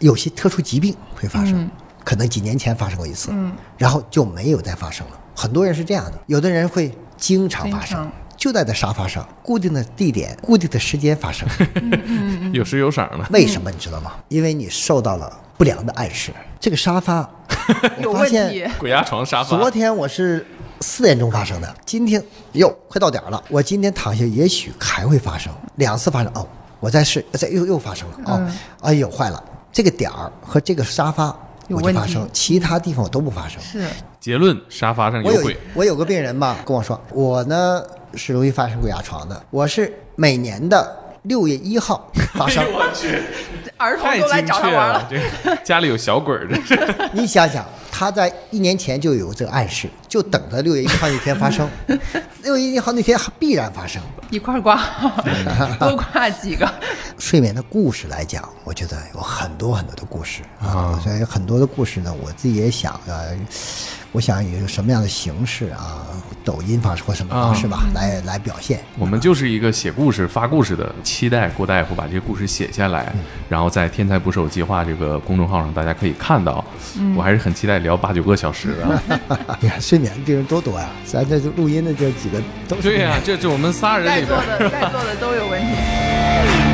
Speaker 2: 有些特殊疾病会发
Speaker 3: 嗯
Speaker 2: 生，可能几年前发生过一次，然后就没有再发生了。很多人是这样的，有的人会经常发
Speaker 3: 经
Speaker 2: 生
Speaker 3: 常，
Speaker 2: 就在这沙发上，固定的地点、固定的时间发生。
Speaker 3: 嗯
Speaker 1: 有时有赏的。
Speaker 2: 为什 么你知道吗？因为你受到了不良的暗示。这个沙 发，
Speaker 3: 有
Speaker 2: 我发
Speaker 3: 问
Speaker 2: 现
Speaker 3: 题，
Speaker 1: 鬼压床沙发，
Speaker 2: 昨天我是四点钟发生的，今天哟快到点儿了，我今天躺下也许还会发生两次发生哦，我再试再又又发生了哦，
Speaker 3: 嗯
Speaker 2: 哎呦坏了，这个点儿和这个沙发
Speaker 3: 有
Speaker 2: 我就
Speaker 3: 问题
Speaker 2: 发生，其他地方我都不发生。
Speaker 3: 是
Speaker 1: 结论沙发上嗯
Speaker 2: 我
Speaker 1: 有
Speaker 2: 有一
Speaker 1: 鬼。
Speaker 2: 我有个病人吧，跟我说我呢是容易发生鬼压床的，我是每年的六月一号 发生。
Speaker 1: 哎我去，
Speaker 3: 儿童
Speaker 1: 太
Speaker 3: 都来
Speaker 1: 精
Speaker 3: 找他
Speaker 1: 确
Speaker 3: 玩
Speaker 1: 了
Speaker 3: 了，，
Speaker 1: 这个家里有小鬼儿，这是
Speaker 2: 你想想，他在一年前就有这个暗示，就等着六月一号那天 发生，六月一号那天必然发生。
Speaker 3: 一块儿 挂，多挂几个。
Speaker 2: 睡眠的故事来讲，我觉得有很多很多的故事啊
Speaker 1: 啊，
Speaker 2: 所以很多的故事呢，我自己也想啊，我想以什么样的形式啊，抖音方式或什么方式吧，来来表现。
Speaker 1: 我们就是一个写故事、发故事的，期待郭大夫把这些故事写嗯下来，然后在“天才捕手计划”这个公众号上，大家可以看到。我还是很期待聊八九个小时啊 的。
Speaker 2: 你看哎睡眠的病人多多呀、咱这就录音的这几个都是
Speaker 1: 对呀、这这我们仨人
Speaker 3: 在
Speaker 1: 里
Speaker 3: 座
Speaker 1: 边。
Speaker 3: 的在座的都有问题。